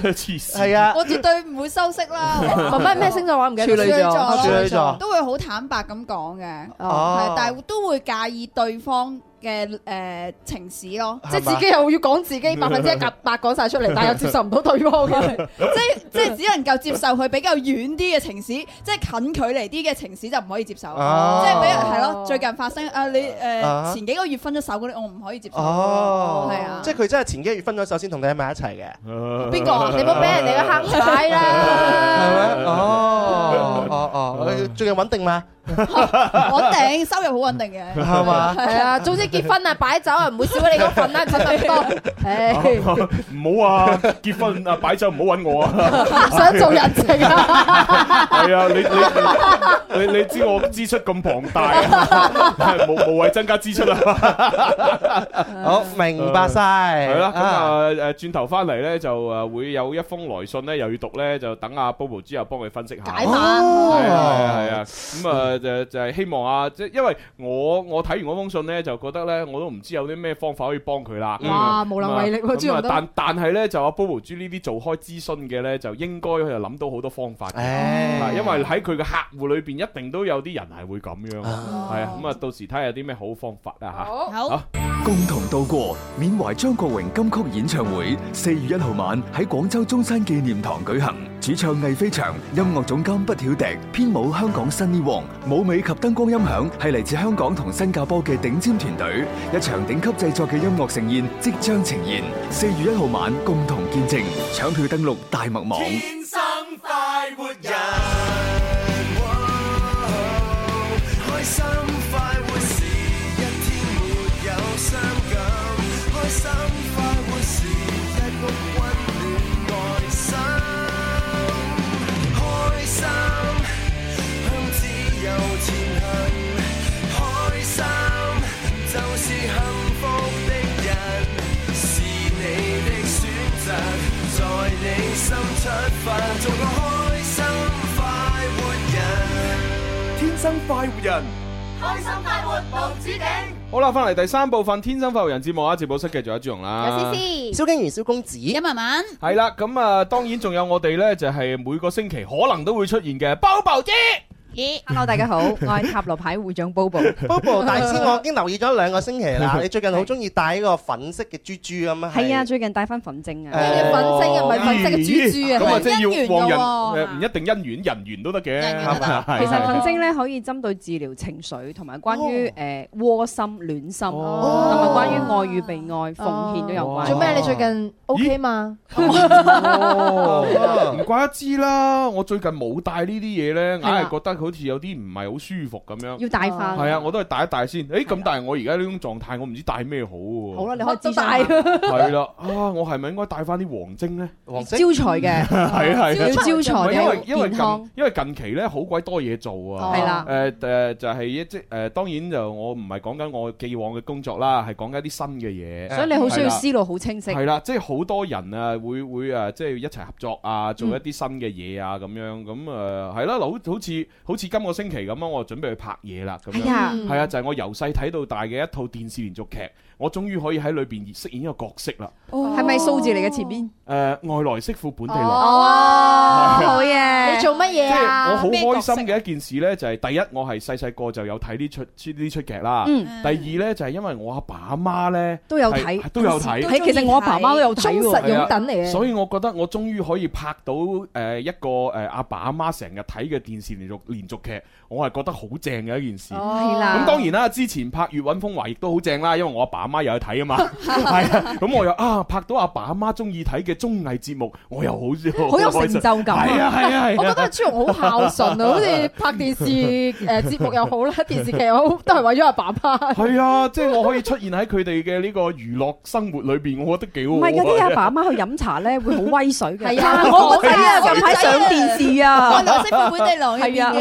S3: 黐線
S5: 係啊，
S13: 我絕對唔會修飾啦。
S6: 問咩咩星座話唔記得？
S5: 處女座
S13: 咯
S5: 處女座
S13: 都會好坦白咁講嘅，
S5: 啊哦
S13: 係但係都會介意對方嘅誒情史咯，
S6: 即係自己又要講自己百分之一百講晒出嚟，但係又接受唔到對方嘅。
S13: 即係只能夠接受佢比較遠啲嘅情史， 即係近距離啲嘅情史就唔可以接受，
S5: 哦
S13: 即係比如係咯，最近發生啊你
S5: 啊
S13: 誒前幾個月分咗手嗰啲，我唔可以接受，
S5: 哦，
S13: 係啊
S5: 即。係佢真係前幾個月分咗手先同你喺埋一齊嘅，
S6: 邊個啊你唔好俾人哋嘅坑踩啦
S5: 係咪？哦哦哦，佢最近穩定嘛？
S13: 穩定，收入好穩定嘅，
S5: 係嘛
S6: 係啊，總之結婚啊，擺酒啊，唔會少你嗰份啦，唔使咁多。唉，
S3: 唔好啊！結婚啊，擺酒唔好揾我啊！
S6: 想做人情啊！
S3: 係啊，你你你你知我支出咁龐大啊， 係無無謂增加支出啊！
S5: 好明白晒
S3: 係啦，咁
S5: 啊
S3: 啊誒轉頭翻嚟咧就誒會有一封來信咧又要讀咧，就等阿 Bobo 之後幫佢分析下。
S6: 解
S3: 係
S6: 碼
S3: 啊係啊係啊，咁啊就就係希望啊，即係因為我我睇完嗰封信咧，就覺得咧我都唔知有啲咩方法可以幫佢啦。
S6: 哇
S3: 嗯
S6: 無能為力喎
S3: 咁啊
S6: 朱紅都
S3: 但但係咧就阿 Bobo 豬呢啲做開諮詢嘅咧，就應該佢就諗到好多方法嘅。嗱啊因為喺佢嘅客戶裏邊一定都有啲人係會咁樣，係啊，咁啊到時睇下有啲咩好方法啊嚇。
S13: 好
S14: 共同度過緬懷張國榮金曲演唱會，四月一號晚喺廣州中山紀念堂舉行。主唱魏飛翔、音樂總監畢曉迪、編舞香港 Sunny Wong、舞美及燈光音響係嚟自香港同新加坡嘅頂尖團隊，一場頂級製作嘅音樂盛宴即將呈現。四月一號晚共同見證，搶票登錄大麥網。
S11: 天生快活人，開心快活是一天沒有傷感，開心快活是一個溫暖內心，開心向自由前行，開心就是幸福的人，是你的選擇。在你心出發，做個開心快活嗯人。天生快活人，開心快活無止境。
S3: 好啦，翻嚟第三部分《天生發育人》節目啊，直播室繼續有朱容啦。
S5: 蕭敬元、蕭公子，
S13: 一文文，
S3: 系啦，咁啊，當然仲有我哋呢，就係每個星期可能都會出現嘅 Bobo 姐。
S7: Hello，大家好，我係塔羅牌會長 Bobo。
S5: Bobo 大師，我已經留意咗兩個星期啦。你最近好中意戴呢個粉色嘅珠珠咁啊？
S7: 係啊，最近戴翻粉晶啊。
S5: 誒
S6: 粉晶啊唔係粉色嘅豬豬啊
S3: 咁啊，即係要旺
S7: 姻緣
S3: 人，誒唔一定姻緣，人緣都得嘅。
S7: 其實粉晶
S3: 咧，
S7: 咧可以針對治療情緒，同埋關
S6: 哦
S7: 於誒窩心、戀心，同埋關於愛與被愛、奉獻都有關。
S6: 哦做咩？你最近 OK 嘛？
S3: 哦唔怪得知啦。我最近冇戴呢啲嘢呢，硬係覺得好似有啲唔係好舒服咁樣。
S7: 要戴返
S3: 係啊，我都係戴一戴先。誒，咁但係我而家呢種狀態，我唔知戴咩好喎。
S7: 好啦，你可以諮詢
S6: 大
S7: 下
S3: 係啦，啊，我係咪應該戴翻啲黃晶咧？
S5: 黃
S7: 晶招財嘅
S3: 係啊係
S7: 要招財
S3: 因為
S7: 嘅
S3: 因為
S7: 健
S3: 近
S7: 康
S3: 因為近期咧好鬼多嘢做
S6: 哦
S3: 啊，
S7: 係啦
S3: 誒誒就係一即誒當然就我唔係講緊我既往嘅工作啦，係講緊啲新嘅嘢，
S7: 所以你好需要思
S3: 係啦。
S7: 路好清晰。
S3: 係啦，即係好多人啊，會會啊，即係一齊合作啊，做一啲新嘅嘢啊，咁樣咁誒係啦，好好似好似今個星期咁啊，我準備去拍嘢啦，咁樣
S7: 哎呀
S3: 係啊，就係我由細睇到大嘅一套電視連續劇，我終於可以喺裏邊飾演一個角色啦。
S2: 嗯
S13: 哦
S7: 係咪數字嚟嘅前邊？
S3: 誒、外來媳婦本地郎。
S7: 哦
S3: 係啊
S7: 好嘢
S6: 你做乜嘢啊？
S3: 我好開心嘅一件事呢，就係第一，我係細細個就有睇呢出呢出劇啦。
S7: 嗯
S3: 第二呢，就係因為我阿爸阿媽呢，
S7: 都有睇
S3: 係都有睇。
S7: 係其實我阿爸媽都有睇喎忠實擁躉嚟嘅
S3: 係啊所以呃我覺得我終於可以拍到誒一個誒阿爸阿媽成日睇嘅電視連續連連續劇，我係覺得好正嘅一件事。
S11: 哦係啦
S3: 咁當然啦，之前拍《粵韻風華》亦都好正啦，因為我阿爸阿媽有去睇啊 嘛。係啊，咁我又啊拍到阿爸阿媽中意睇嘅綜藝節目，我又好
S7: 好有成就感啊
S3: 係啊係啊係啊！
S6: 我覺得朱紅好孝順啊，好似拍 電視誒節目又好啦，電視劇又好，都係為咗阿爸爸。
S3: 係啊，即係我可以出現喺佢哋嘅呢個娛樂生活裏邊，我覺得幾好
S7: 唔
S3: 玩。
S7: 係㗎，啲阿爸阿媽去飲茶咧，會好威水嘅。
S6: 係啊
S7: 我個仔啊，近排上電視啊，
S6: 我女識本本地郎入
S7: 係
S6: 邊
S7: 啊，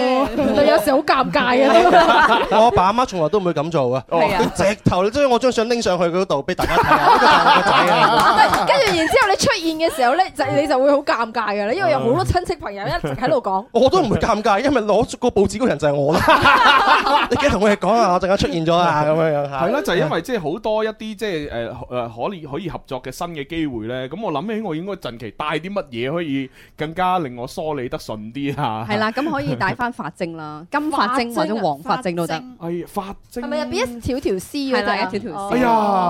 S6: 嘅有時好尷尬啊。
S5: 我阿爸阿媽從來都唔會咁做啊！
S6: 係啊
S5: 直頭將我張相拎上去嗰度俾大家睇下，呢個就係我個仔 啊！
S6: 跟住然之後你出現嘅時候咧，就你就會好尷尬㗎啦，因為有好多親戚朋友一直喺度講。
S5: 我都唔會尷尬，因為攞個報紙嗰人就係我啦。你記得同佢哋講啊，我陣間出現咗啊，咁樣樣嚇
S3: 係啦，就係因為即係好多一啲即係誒誒可以可以合作嘅新嘅機會咧，咁我諗起我應該近期帶啲乜嘢可以更加令我梳理得順啲啊？
S7: 係啦，咁可以帶翻法證啦，金法證或者黃法證都得。
S3: 係法證
S6: 係咪入邊一條條絲
S7: 係
S6: 㗎
S7: 啦，
S6: 咋？
S7: 一條條線。
S3: 哎
S6: 啊
S3: 呀，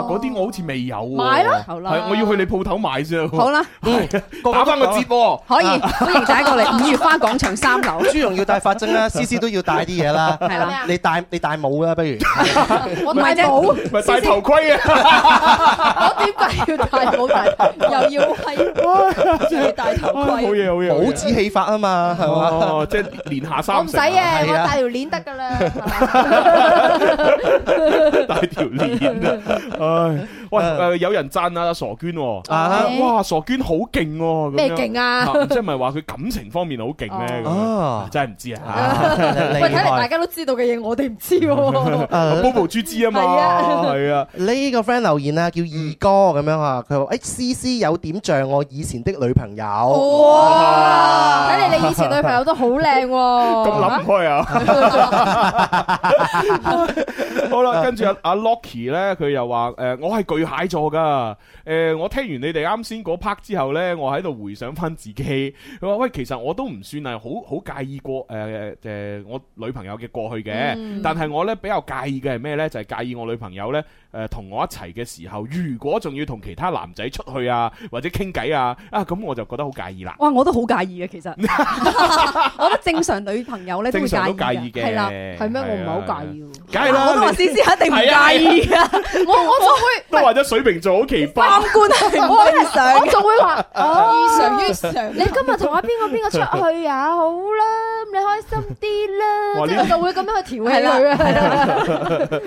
S3: 嗰啲我好似未有喎。
S6: 買啦好啦
S3: 係我要去你鋪頭買啫。
S7: 好啦，
S3: 打翻個折喎。
S7: 可以，歡迎大家過嚟五月花廣場三樓。
S5: 朱容要帶法證啦，思思都要帶啲嘢啦。
S7: 係啦
S5: 你帶你帶帽啦，不如。
S6: 我戴帽，
S3: 咪戴頭盔
S6: 啊！我點解要戴 帽戴？又要係又要戴頭
S3: 好
S6: 盔？
S3: 嘢好嘢，
S5: 帽子戲法啊嘛，係嘛？
S3: 哦，即係連下
S6: 我
S3: 三
S6: 唔使
S3: 成啊。
S6: 嘅，我
S3: 係啊
S6: 戴條鏈得㗎啦。
S3: 帶條鏈啊！唉，喂，誒有人讚啊傻娟喎，
S5: 啊
S3: 哇傻娟好勁喎，
S6: 咩勁啊哦
S3: 即係咪話佢感情方面好勁咧？咁樣
S5: 啊
S3: 真係唔 知啊！
S6: 喂，睇嚟大家都知道嘅嘢，我哋唔知喎。
S3: Bobo 豬知啊嘛，
S6: 係啊
S3: 係啊。
S5: 呢個 friend 留言啊，叫二哥咁樣啊，佢話：誒思思有點像我以前的女朋友。
S6: 哇！睇嚟你以前女朋友都好靚喎。
S3: 咁諗唔開啊！好啦，跟住阿阿 Locky 咧，佢又話：誒，我係巨蟹座噶。誒，我聽完你哋啱先嗰 part 之後咧，我喺度回想翻自己。佢話：喂，其實我都唔算係好好介意過誒誒我女朋友嘅過去嘅
S11: 嗯，
S3: 但係我咧比較介意嘅係咩咧？就係介意我女朋友咧誒同我一齊嘅時候，如果仲要同其他男仔出去啊，或者傾偈啊，啊咁我就覺得好介意 啦。
S7: 哇！我都好介意嘅，其實， 我覺得正常女朋友咧都會
S3: 正
S7: 介
S3: 常
S7: 意
S3: 都介意嘅
S7: 係啦，
S3: 係咩
S7: 咩？
S3: 我唔
S7: 我唔
S3: 係
S7: 係
S3: 好
S7: 好介意
S3: 介意梗係啦
S7: 我都話
S3: 你
S7: 思思一定唔介意
S3: 係
S7: 啊！
S6: 我我仲會
S3: 都話咗水瓶座好奇葩，啊
S6: 我我仲會話哦，
S13: 異常於常
S6: 你今日同阿邊個邊個出去啊？好啦，你開心啲啦，
S3: 哇
S6: 即
S3: 呢
S6: 係我就會咁樣去調戲佢啊係啦，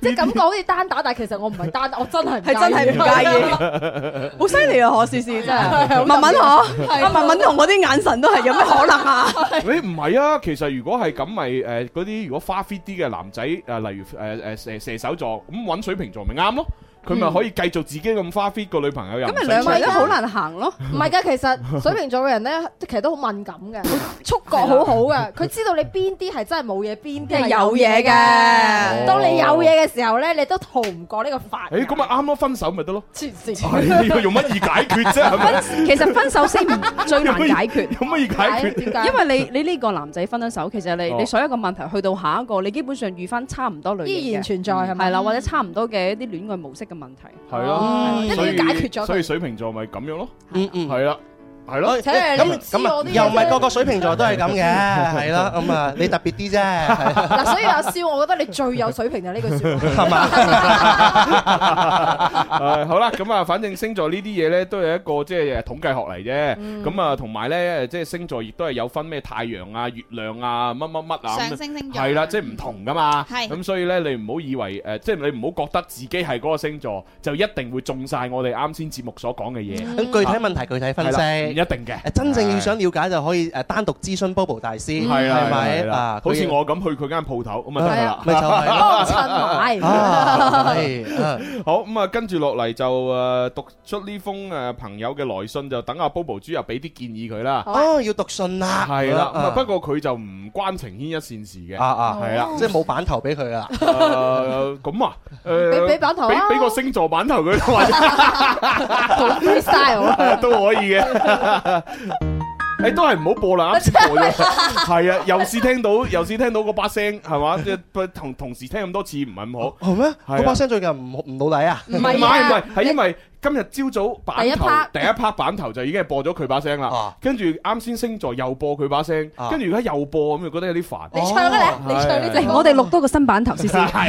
S6: 即係感覺好似單打，但係其實我唔係單打，我真係
S7: 係真係 唔介意好犀利啊！何思思真 係，文文可，
S6: 啊
S7: 阿文文同我啲眼神都係有咩可能啊？
S3: 誒唔係啊，其實如果係咁咪誒嗰啲如果花 fit 啲嘅男仔誒、例如誒誒、射射手座咁揾水瓶座咪啱咯，佢咪
S6: 嗯
S3: 可以繼續自己咁花 fit 個女朋友又
S7: 咁咪兩個人都好難行咯。
S6: 唔係㗎，其實水瓶座嘅人咧，其實都好敏感嘅，觸覺好好 嘅，佢知道你邊啲係真係冇嘢，邊啲
S7: 係
S6: 係有嘢
S7: 有嘢嘅
S6: 嘅。當你有嘢嘅時候咧，你都逃唔過呢個法。
S3: 哦誒咁咪啊啱咯，分手咪 得咯。
S6: 黐線
S3: 係你要用乜嘢解決啫？係咪？
S7: 分其實分手先 唔最難解決，
S3: 有乜嘢解決？
S7: 因為你你呢個男仔分咗手，其實你
S3: 哦
S7: 你所有個問題去到下一個，你基本上遇翻差唔多類型嘅
S6: 依然存在係咪
S7: 係啦，或者差唔多嘅一啲戀愛模式嘅問題。
S3: 係啊咯，
S7: 一定要
S3: 所以
S7: 解決咗佢
S3: 所以水瓶座咪咁樣咯。
S5: 嗯嗯，
S3: 係啦，係咯。
S5: 咁咁啊，又唔係個個水瓶座都係咁 嘅，係啦，咁啊，你特別啲啫，係啦
S6: 嗱，所以阿蕭，我覺得你最有水平就係呢句説話。
S5: 係嘛？
S3: 誒好啦，咁啊，反正星座呢啲嘢咧，都係一個即係統計學嚟啫。咁啊，同埋咧，即係星座亦都係有分咩太陽啊、月亮啊、乜乜乜啊，
S13: 上升星座
S3: 係啦，即係唔同噶嘛。
S13: 係
S3: 咁，所以咧，你唔好以為誒，即係你唔好覺得自己係嗰個星座，就一定會中晒我哋啱先節目所講嘅嘢。
S5: 咁具體問題具體分析
S3: 係啦唔一定嘅。
S5: 真正要想了解就可以誒單獨諮詢 Bobo 大師，
S3: 係啦，
S5: 係咪
S3: 係啦
S5: 啊？
S3: 好似
S5: 佢
S3: 我咁去佢間鋪頭咁啊得
S5: 係
S3: 啦
S5: 啊，咪就 係咯幫襯買啊係 啊
S3: 好咁啊，跟住落嚟就誒讀出呢封誒朋友嘅來信，就等阿 Bobo 豬又俾啲建議佢啦。
S5: 哦，要讀信啦，
S3: 係啦，咁啊
S5: 啊
S3: 不過佢就唔關情牽一線事嘅，
S5: 啊啊，
S3: 係啦，
S5: 即係冇版頭俾佢啦。
S3: 誒咁啊，誒
S5: 俾俾版頭啊
S3: 俾俾個星座版頭佢， 或者呃
S6: 好 freestyle 啊！
S3: 都可以嘅。 誒都係唔好播啦，啱先播 咗，係啊，又是聽到又是聽到嗰把聲係 嘛，即係同同時聽咁多次唔係咁好。
S5: 哦係咩？
S3: 係啊嗯
S5: 嗰把聲最近唔唔老底啊？
S3: 唔係唔係，係因為今日朝早版
S6: 第一
S3: 頭
S6: part 啊
S3: 第一 part 版頭就已經係播咗佢把聲
S5: 哦
S3: 啦，跟住啱先星座又播佢把聲，跟住而家又播咁，就覺得有啊啲煩。
S6: 你唱嘅咧，你唱呢隻歌，
S7: 我哋錄多個新版頭先
S3: 啊
S7: 先。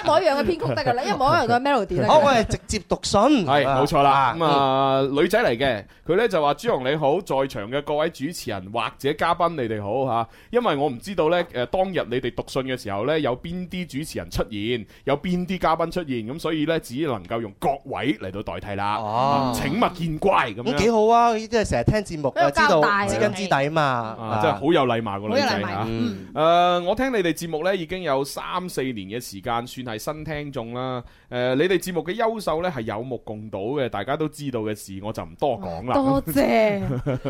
S6: 一模一樣嘅編曲得㗎啦，一模一樣嘅 melody 啦。
S5: 哦好，我哋直接讀 信。
S3: 係冇錯啦，咁啊
S5: 嗯
S3: 女仔嚟嘅，佢呢就話朱紅你好，在場嘅各位主持人或者嘉賓你哋好嚇，因為我唔知道呢，誒當日你哋讀信嘅時候呢，有邊啲主持人出現，有邊啲嘉賓出現，咁所以呢，只能夠用各位嚟到代替啦。
S5: 哦
S3: 請勿見怪咁樣。
S5: 咁幾好啊！呢啲係成日聽節目啊，
S3: 比較
S5: 知
S3: 交
S5: 道
S3: 代
S5: 知根知底嘛
S3: 啊，。真係好有禮貌個女
S5: 好
S3: 仔
S5: 有禮貌
S3: 嚇。
S5: 嗯
S3: 誒，我聽你哋節目呢已經有三四年嘅時間，算係新聽眾啦。誒，你哋節目嘅優秀呢係有目共睹嘅，大家都知道嘅事，我就唔多講啦。
S6: 多謝，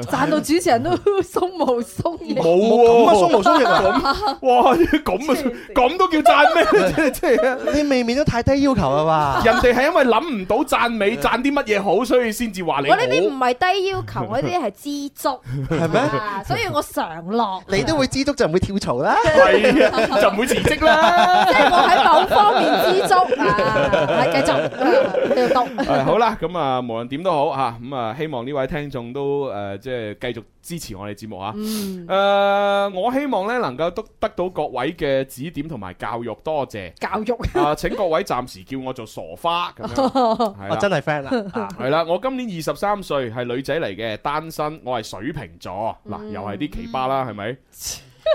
S6: 賺到主持人都鬆毛鬆翼。
S3: 冇喎。啊
S6: 咁
S3: 哇！咁啊，咁都叫讚咩？ 真係真係
S5: 你未免都太低要求啦 吧？
S3: 人哋係因為諗唔到讚美，讚啲乜嘢好，所以先至話 你
S6: 我呢啲唔
S3: 好。
S6: 係低要求，我呢啲係知足，係咩？所以我常樂。
S5: 你都會知足就唔會跳槽啦。
S3: 係 啊，就唔會辭 職啦。
S6: 即係我喺某方面知足啊！係繼續繼續讀。
S3: 誒好啦，咁啊，無論點都好嚇，咁啊，希望呢位聽眾都誒，即係繼續支持我哋節目啊。
S6: 嗯
S3: 誒、呃我希望咧能夠得得到各位嘅指點同埋教育，多謝。
S6: 教育
S3: 啊！請各位暫時叫我做傻花咁樣， 係啦
S5: 我真係 friend 啦。
S3: 係啦，我今年二十三歲，係女仔嚟嘅，單身，我係水瓶座，嗱、又係啲奇葩啦，係咪？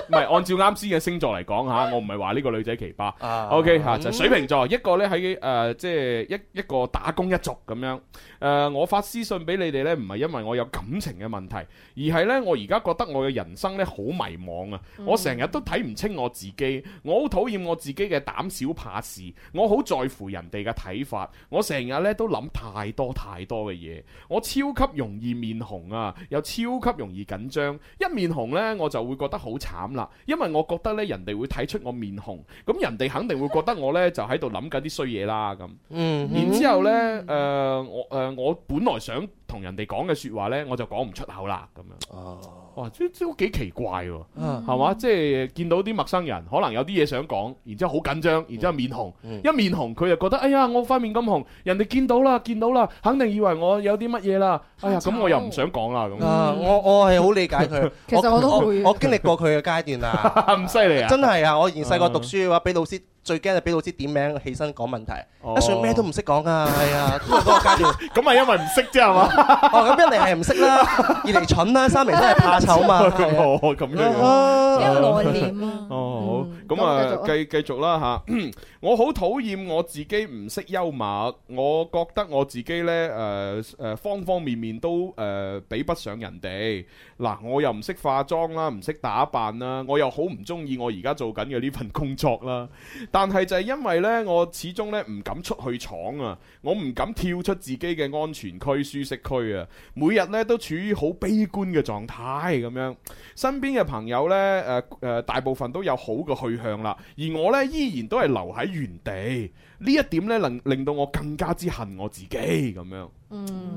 S3: 唔係按照啱先嘅星座嚟講吓，我唔係話呢個女仔奇葩。O
S5: 啊
S3: K 吓就係水瓶座，啊一個呢喺誒即係一一個打工一族咁樣。誒、呃我發私信俾你哋呢，唔係因為我有感情嘅問題，而係呢，我而家覺得我嘅人生呢好迷茫啊！我成日都睇唔清我自己，我好討厭我自己嘅膽小怕事，我好在乎人哋嘅睇法，我成日呢都諗太多太多嘅嘢，我超級容易面紅啊，又超級容易緊張，一面紅呢，我就會覺得好慘啦，因為我覺得呢，人哋會睇出我面紅，咁人哋肯定會覺得我呢就喺度諗緊啲衰嘢啦咁。
S5: 嗯
S3: 然之後呢，誒、我誒、呃我本來想同人哋講嘅説話呢，我就講唔出口啦咁樣。
S5: 哦
S3: 哇！即即都幾奇怪喎，
S5: 嗯
S3: 係嘛？即係見到啲陌生人，可能有啲嘢想講，然之後好緊
S5: 嗯
S3: 張，然之後面紅，一面紅佢就覺得，哎呀，我塊面咁紅，人哋見到啦，見到啦，肯定以為我有啲乜嘢啦。哎呀，咁我又唔想講啦咁。
S5: 啊，我我係好理解佢。
S3: 其實我都會
S5: 我我經歷過佢嘅階段啊。
S3: 咁犀利啊！
S5: 真係啊！我以前細個
S3: 嗯
S5: 讀書嘅話，俾老師最驚係俾老師點名起身講問題，一上咩都唔識講噶，係啊，都係嗰個階段。
S3: 哦咁咪因為唔識啫 係嘛？
S5: 哦，咁一嚟係唔識啦，二嚟蠢啦，三嚟真係怕醜嘛。
S3: 咁
S5: 係啊
S3: 我哦咁樣
S5: 啊
S3: 樣，
S5: 比較內斂
S3: 啊。哦，好，咁啊，繼繼續啦吓。 我好討厭我自己唔識幽默，我覺得我自己呢，呃誒誒方方面面都誒比不上人哋。嗱，我又唔識化妝啦，唔識打扮啦，我又好唔中意我而家做緊嘅呢份工作啦。 但係就係因為呢，我始終呢唔敢出去闖啊，我唔敢跳出自己嘅安全區、舒適區啊，每日呢都處於好悲觀嘅狀態咁樣。身邊嘅朋友呢，誒、呃、誒、大部分都有好嘅去向啦，而我呢，依然都係留喺原地。呢一點呢，令令到我更加之恨我自己咁樣。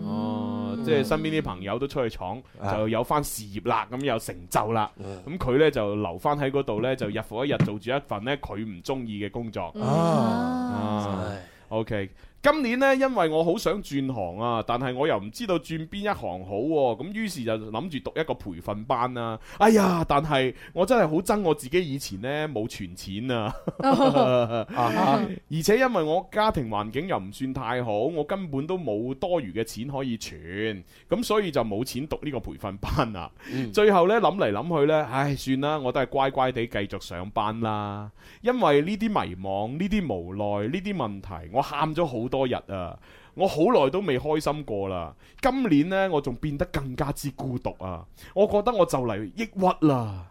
S3: 哦，即係身邊啲朋友都出去闖，就有翻事業啦，咁有成就啦。咁佢呢，就留翻喺嗰度呢，就日復一日做住一份呢佢唔中意嘅工作。
S5: Ờ.
S2: 嗯
S13: 哦
S3: 啊，OK。今年呢，因為我好想轉行啊，但係我又唔知道轉邊一行好喎、咁於是就諗住讀一個培訓班啦、哎呀，但係我真係好憎我自己以前呢冇存錢啊，
S5: 啊
S3: 而且因為我家庭環境又唔算太好，我根本都冇多餘嘅錢可以存，咁所以就冇錢讀呢個培訓班啊啦。
S5: Ừ. 嗯
S3: 最後呢，諗嚟諗去呢，唉，算啦，我都係乖乖地繼續上班啦。因為呢啲迷茫、呢啲無奈、呢啲問題，我喊咗好多日啊！我好耐都未開心過啦。今年呢，我仲變得更加之孤獨啊！我覺得我就嚟抑鬱啦。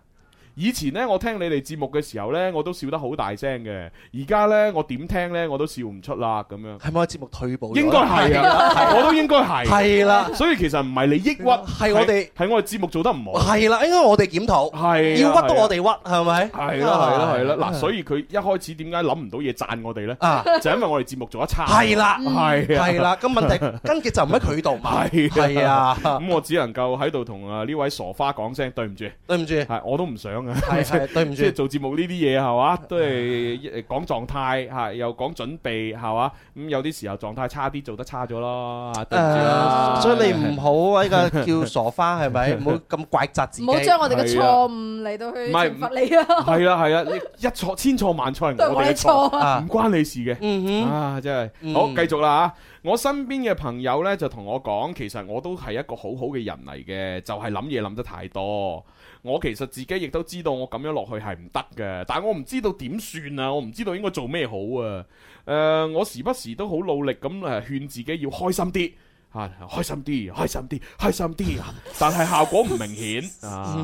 S3: 以前呢，我聽你哋節目嘅時候呢，我都笑得好大聲嘅。而家呢，我點聽呢，我都笑唔出啦咁樣。
S5: 係咪節目退步咗？
S3: 應該係啊， 我都應該係。
S5: 係啦
S3: 所以其實唔係你抑鬱，
S5: 係我哋
S3: 係我哋節目做得唔好。
S5: 係啦，應該我哋檢討，
S3: 係啊
S5: 要屈到我哋屈，啊係咪？
S3: 係啦係啦係啦，嗱，所
S5: 以
S3: 以佢一開始點解諗唔到嘢讚我哋咧
S5: 啊？
S3: 就因為我哋節目做得差。
S5: 係啦，
S3: 係啊
S5: 係啦，咁問題根結就唔喺佢度嘛。
S3: 係
S5: 係啊，
S3: 咁我只能夠喺度同啊呢位傻花講聲對唔住，
S5: 對唔住，
S3: 係我都唔想傷啊！
S5: 係係對唔住
S3: 即係做節目呢啲嘢係嘛，都係誒講狀態嚇，又講準備係嘛，咁有啲時候狀態差啲，做得差咗咯，嚇對唔住啦。
S5: 誒所以你唔好呢個叫傻花係咪？唔好咁怪責自己。
S6: 唔好將我哋嘅錯
S3: 係啊
S6: 誤嚟到去
S3: 唔係
S6: 懲罰你啊！
S3: 係啦係啦，你一錯千錯萬錯係
S6: 都係
S3: 我
S6: 我
S3: 哋
S6: 哋
S3: 嘅錯
S6: 錯啊
S3: 唔關你事嘅。
S6: 嗯哼
S3: 啊，真係
S5: 嗯
S3: 好繼續啦嚇！我身邊嘅朋友呢，就同我講，其實我都係一個好好嘅人嚟嘅，就係諗嘢諗得太多。我其實自己亦都知道我咁樣落去係唔得嘅，但我唔知道點算啊！我唔知道應該做咩好啊！誒、我時不時都好努力咁誒勸自己要開心啲。啊，開心啲，開心啲，開心啲，但係效果唔明
S6: 嗯
S3: 顯啊！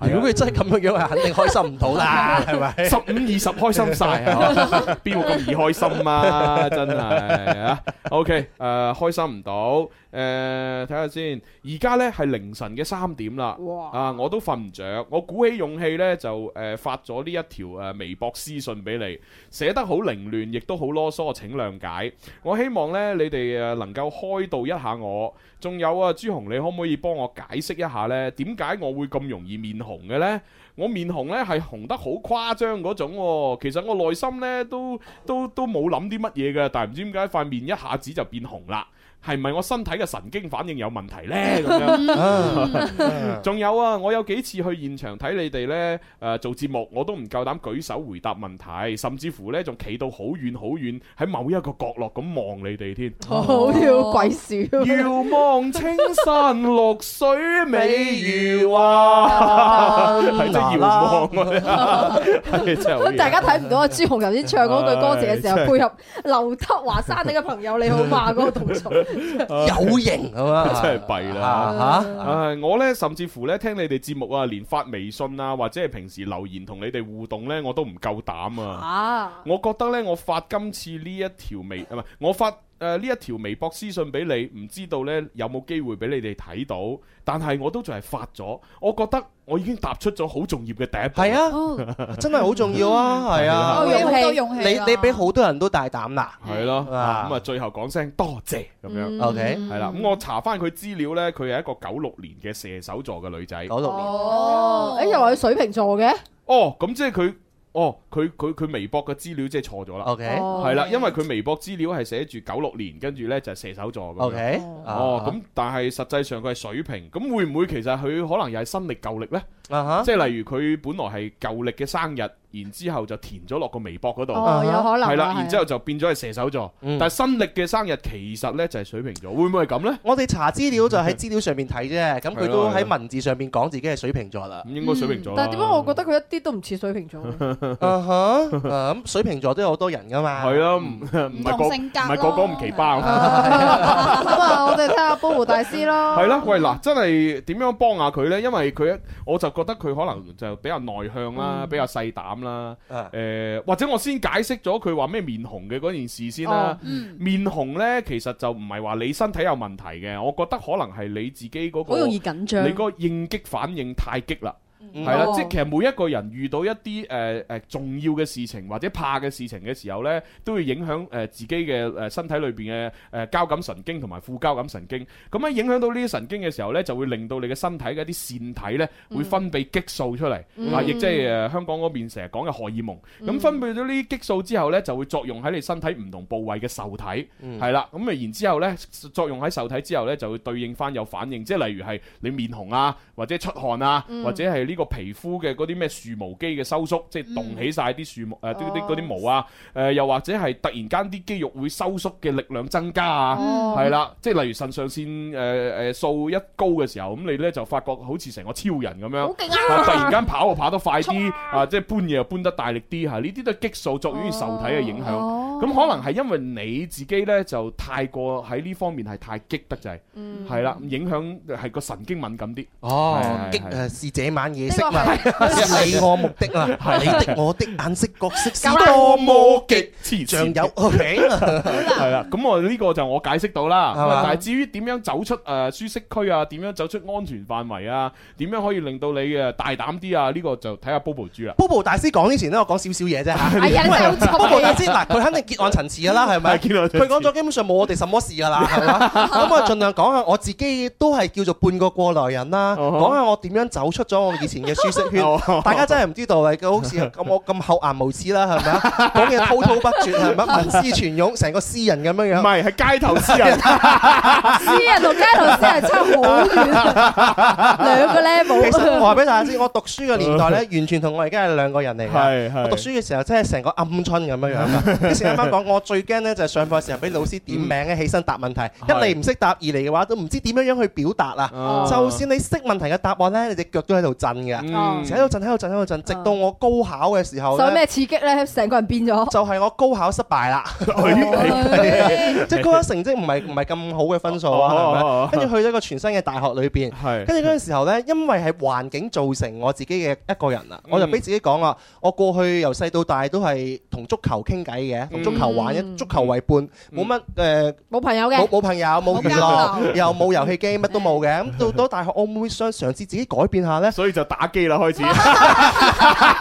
S5: 如果佢真係咁樣樣，係肯定開心唔到 啦，係咪？
S3: 十五二十開心晒，係嘛邊會咁易開心啊？真係啊！OK，誒、開呃心唔到，誒睇下先。而家呢係凌晨嘅三點啦，啊我都瞓唔着。我鼓起勇氣呢，就誒、發咗呢一條誒微博私信俾你，寫得好凌亂，亦都好囉嗦，請諒解。我希望呢，你哋誒呃能夠開導一下我。仲有啊，朱紅，你可唔可以幫我解釋一下呢？點解我會咁容易面紅嘅呢？我面紅呢係紅得好誇張嗰種喎、其實我內心呢都都都冇諗啲乜嘢嘅，但係唔知點解塊面一下子就變紅啦。係咪我身體嘅神經反應有問題呢？咁樣， 仲有啊，我有幾次去現場睇你哋呢誒、做節目，我都唔夠膽舉手回答問題，甚至乎呢仲企到好遠好遠喺某一個角落咁望你哋添。
S7: 哦
S6: 好要
S3: 哦
S6: 鬼笑，
S3: 遙望青山綠水美如畫，係 真遙望啊！係真係好嘢
S6: 大家睇唔到啊！朱紅頭先唱嗰句歌詞嘅時候，
S3: 唉真係
S6: 配合劉德華山你嘅朋友你好 嘛嗰個動作，
S5: 有型咁啊
S3: 真係弊啦
S5: 啊
S3: 嚇！唉我呢，甚至乎呢，聽你哋節目啊，連發微信啊，或者係平時留言同你哋互動呢，我都唔夠膽啊！
S6: 啊，
S3: 我覺得呢，我發今次呢一條微啊唔係我發誒呢一條微博私信俾你，唔知道呢有冇機會俾你哋睇到，但係我都仲係發咗，我覺得我已經踏出咗好重要嘅第一步。
S5: 係啊，真係好重要啊，係啊，
S3: 有好
S13: 多勇氣啊
S5: 你你俾好多人都大膽啦，
S3: 係咯，啊咁啊，最後講聲多謝咁樣。
S5: OK
S3: 係啦，咁我查翻佢資料呢，佢係一個九六年嘅射手座嘅女仔。
S5: 九六年，
S6: 哦，誒又話佢水瓶座嘅，
S3: 哦，咁即係佢。哦，佢佢佢微博嘅資料即係錯咗啦。
S5: OK 哦
S3: 係啦，因為佢微博資料係寫住九六年，跟住呢就係射手座咁樣。
S5: OK，
S3: 哦，
S5: 啊
S3: 咁但係實際上佢係水瓶，咁會唔會其實佢可能又係新歷舊歷呢？
S5: 啊哈
S3: 即係例如佢本來係舊歷嘅生日，然之後就填咗落個微博嗰度。
S6: 哦有可能啊
S3: 係啦，
S6: 係
S3: 然之後就變咗係射手座，
S5: 嗯
S3: 但係新歷嘅生日其實呢就係水瓶座，會唔會係咁呢？
S5: 我哋查資料就喺資料上面睇啫，咁佢都
S3: 係咯係
S5: 喺
S3: 咯
S5: 文字上面講自己係水瓶座 啦，
S3: 咁應該水瓶座啦
S6: 但係點解我覺得佢一啲都唔似水瓶座嘅？
S5: 啊哈啊咁水瓶座都有好多人噶嘛，
S3: 係啊，唔唔係個
S6: 性格
S3: 唔係個個唔奇葩
S6: 咁啊，我哋睇下保護大師咯。
S3: 係啦，喂嗱，真係點樣幫下佢呢？因為佢一，我就覺得佢可能就比較內向啦，
S6: 嗯
S3: 比較細膽啦。誒，或者我先解釋咗佢話咩面紅嘅嗰件事先啦
S6: 哦嗯。
S3: 面紅呢，其實就唔係話你身體有問題嘅，我覺得可能係你自己嗰個
S7: 好容易緊張
S3: 你嗰個應激反應太激
S7: 嗯
S3: 啦。係啦，
S7: 哦
S3: 即係其實每一個人遇到一啲誒誒重要嘅事情或者怕嘅事情嘅時候呢，都會影響誒、呃自己嘅誒、呃身體裏邊嘅誒交感神經同埋副交感神經。咁樣影響到呢啲神經嘅時候呢，就會令到你嘅身體嘅一啲腺體呢
S7: 嗯
S3: 會分泌激素出嚟，
S1: 嗯
S3: 啊，亦即係誒香港嗰邊成日講嘅荷爾蒙。咁、
S1: 嗯
S3: 分泌咗呢啲激素之後呢，就會作用喺你身體唔同部位嘅受體，
S1: 嗯
S3: 係啦、咁啊，然之後呢，作用喺受體之後呢，就會對應翻有反應，即係例如係你面紅啊，或者出汗啊，
S1: 嗯
S3: 或者係呢個皮膚嘅嗰啲咩樹毛肌嘅收縮，即係動起晒啲樹毛誒
S1: 哦
S3: 啲啲嗰啲毛啊，誒、又或者係突然間啲肌肉會收縮嘅力量增加啊，
S1: 哦
S3: 係啦、即係例如腎上腺誒誒素一高嘅時候，咁你呢就發覺好似成個超人咁樣，啊突然間跑又跑得快啲，啊即係搬嘢又搬得大力啲嚇，呢啲都係激素作用於受體嘅影響。咁可能係因為你自己呢，就太過喺呢方面係太激得滯，
S5: 嗯
S3: 係啦、影響係個神經敏感啲。
S5: 哦，
S3: 係
S5: 激
S3: 係係
S5: 誒是這晚夜色嘛，
S3: 係
S5: 你我目的啦，
S3: 係
S5: 你的我的眼色角色是
S3: 搞啦
S5: 多麼極
S3: 黐
S5: 像有哦啊 OK
S3: 係啦，咁我呢個就我解釋到啦。啊
S5: 係嘛
S3: 但係至於點樣走出誒舒適區啊，點樣走出安全範圍啊，點樣可以令到你誒大膽啲啊？呢個就睇下 Bobo 豬啦。
S5: Bobo 大師講之前咧，我講少少嘢啫嚇。
S3: 哎呀你真 係好臭啊
S5: Bobo 大師嗱，佢肯定結案陳詞 㗎啦，係咪？
S3: 係結案陳詞
S5: 佢講 咗基本上冇我哋什麼事㗎啦，係嘛？
S3: Uh-huh
S5: 咁我盡量講下我自己都係叫做半個過來人啦，講下我點樣走出咗我熱前嘅舒適圈，大家真係唔知道啊！佢好似咁我咁厚顏無恥啦，係咪 啊？講嘢滔滔不絕係咪啊？文思泉湧，成個詩人咁樣樣。唔
S3: 係，係街頭 詩人。
S6: 私人同街頭私人差好遠啊， 兩個 level。
S5: 其實我話俾大家知，我讀書嘅年 代咧，完全同我而家係兩個人嚟
S3: 係係
S5: 嘅。我讀書嘅時候真係成個鵪鶉咁樣樣啊 㗎。你成日翻講，我最驚咧就係上課嘅時候俾老師點名咧，起身答問題。
S3: 嗯
S5: 一嚟唔識答，二嚟嘅話都唔知點樣樣去表達啊
S3: 哦。
S5: 就算你識問題嘅答案咧，你隻腳都喺度震
S6: 哦
S3: 嗯
S5: 嘅，成日喺度震，喺度震，喺度震，
S6: 嗯
S5: 直到我高考嘅時候
S6: 受咩
S5: 咧。
S6: 刺激咧？成個人變 咗。
S5: 就係我高考失敗 啦，
S3: 哎
S5: 即係高考成績唔係唔係咁好嘅分數啊
S3: 哦
S5: 係咪
S3: 哦哦
S5: 跟住去咗一個全新嘅大學裏邊，跟住嗰陣時候呢，因為係環境造成我自己嘅一個人啦，我就俾自己講啦，我過去由細到大都係同足球傾偈嘅，同足球玩
S6: 嗯
S5: 一足球為伴，冇乜誒
S6: 冇朋友嘅
S5: 冇冇朋友，冇娛
S6: 啊交流
S5: 樂，又冇遊戲機，乜都冇嘅。咁到到大學，我會唔會想嘗試自己改變下呢？
S3: 所以就打機啦，開始。
S5: 啊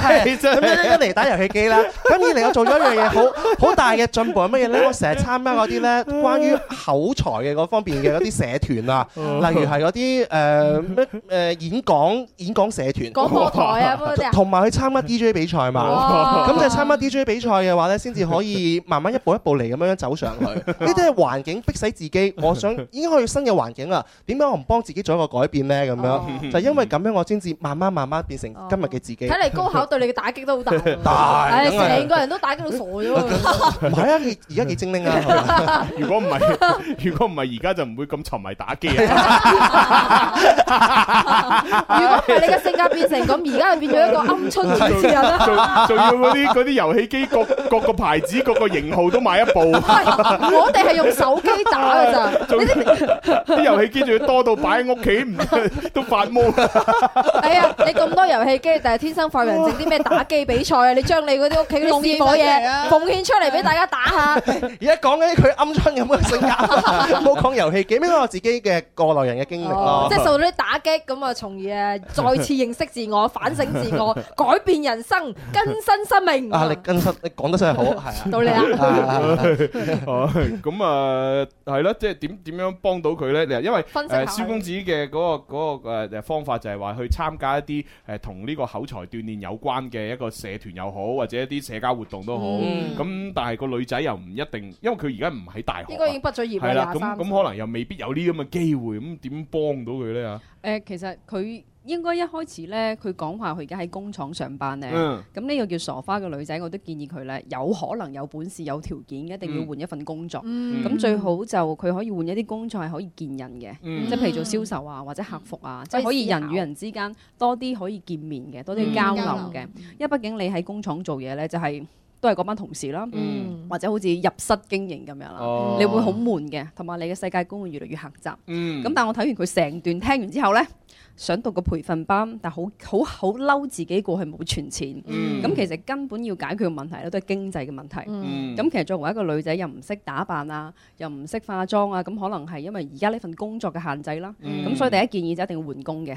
S5: 係
S3: 你真係
S5: 咁一一嚟打遊戲機啦，咁二嚟我做咗一樣嘢好好大嘅進步係乜嘢咧？我成日參加嗰啲咧關於口才嘅嗰方面嘅嗰啲社團啊，例如係嗰啲誒咩誒演講演講社團、
S6: 廣播台啊嗰啲啊
S5: 同埋去參加 DJ 比賽嘛
S6: 哇。
S5: 咁就參加 DJ 比賽嘅話咧，先至可以慢慢一步一步嚟咁樣走上去。呢啲係環境逼使自己，我想已經去新嘅環境啦，點解我唔幫自己做一個改變咧？咁樣就因為咁樣，我先至慢慢慢慢變成今日嘅自己。
S6: 哦睇嚟高考對你嘅打擊都好大喎。
S5: 大
S6: 唉
S5: 梗係
S6: 成個人都打擊到傻咗喎。
S5: 唔係啊，而而家幾精靈啊！
S3: 如果唔 係，如果唔係，而家就唔會咁沉迷打機啊！
S6: 如果唔係你嘅性格變成咁，而家就變咗一個鵪鶉主持人啦。
S3: 仲仲要嗰啲嗰啲遊戲機，各各個牌子、各個型號都買一部。
S6: 我哋係用手機打㗎咋。
S3: 仲啲遊戲機仲要多到擺喺屋企，唔 都發毛。
S6: 係啊，你咁多遊戲機，但係天生快活人整啲咩打機比賽啊？你將你嗰啲屋企嗰啲私火嘢奉獻出嚟俾大家打下。
S5: 而家講緊佢鵪鶉咁嘅性格，冇講遊戲機，咩都我自己嘅過來人嘅經歷咯。
S6: 即係受到啲打擊，咁啊，從而誒再次認識自我、反省自我、改變人生、更新生命。
S5: 啊，你跟實，你講得真係好，係啊。
S6: 到你啦
S5: 啊啊啊
S3: 哦，咁啊，係咯，即係點點樣幫到佢咧？你因為
S6: 分析下
S3: 誒蕭公子嘅嗰個嗰個誒方法就係話去參加一啲誒同呢個口才鍛鍊有關嘅一個社團又好，或者一啲社交活動都好。
S6: 嗯
S3: 咁但係個女仔又唔一定，因為佢而家唔喺大學啊，
S6: 應該已經畢咗業
S3: 係
S6: 啦
S3: 啦，，
S6: 廿
S3: 咁
S6: 三。
S3: 咁可能又未必有呢咁嘅機會，咁點幫到佢咧啊？
S7: 誒、呃其實佢應該一開始咧，佢講話佢而家喺工廠上班咧，咁
S3: 嗯
S7: 呢、個叫傻花嘅女仔，我都建議佢咧，有可能有本事、有條件，一定要換一份工作。咁、
S15: 嗯
S7: 最好就佢可以換一啲工作係可以見人嘅，
S15: 嗯
S7: 即係譬如做銷售啊，或者客服啊，即係
S15: 可
S7: 可
S15: 以
S7: 以
S15: 思考
S7: 人與人之間多啲可以見面嘅，多啲交流嘅。因為畢竟你喺工廠做嘢咧，就係、都係嗰班同事啦，
S6: 嗯
S7: 或者好似入室經營咁樣啦，
S15: 哦
S7: 嗯你會好悶嘅，同埋你嘅世界觀會越嚟越狹窄。
S15: 嗯
S7: 咁但我睇完佢成段聽完之後呢，想讀個培訓班，但好好好嬲自己過去冇存錢。
S6: 嗯
S7: 咁、其實根本要解決嘅問題咧，都係經濟嘅問題。咁、
S15: 嗯
S7: 其實作為一個女仔，又唔識打扮啊，又唔識化妝啊，咁可能係因為而家呢份工作嘅限制啦。咁、
S15: 嗯
S7: 所以第一建議就一定要換工嘅。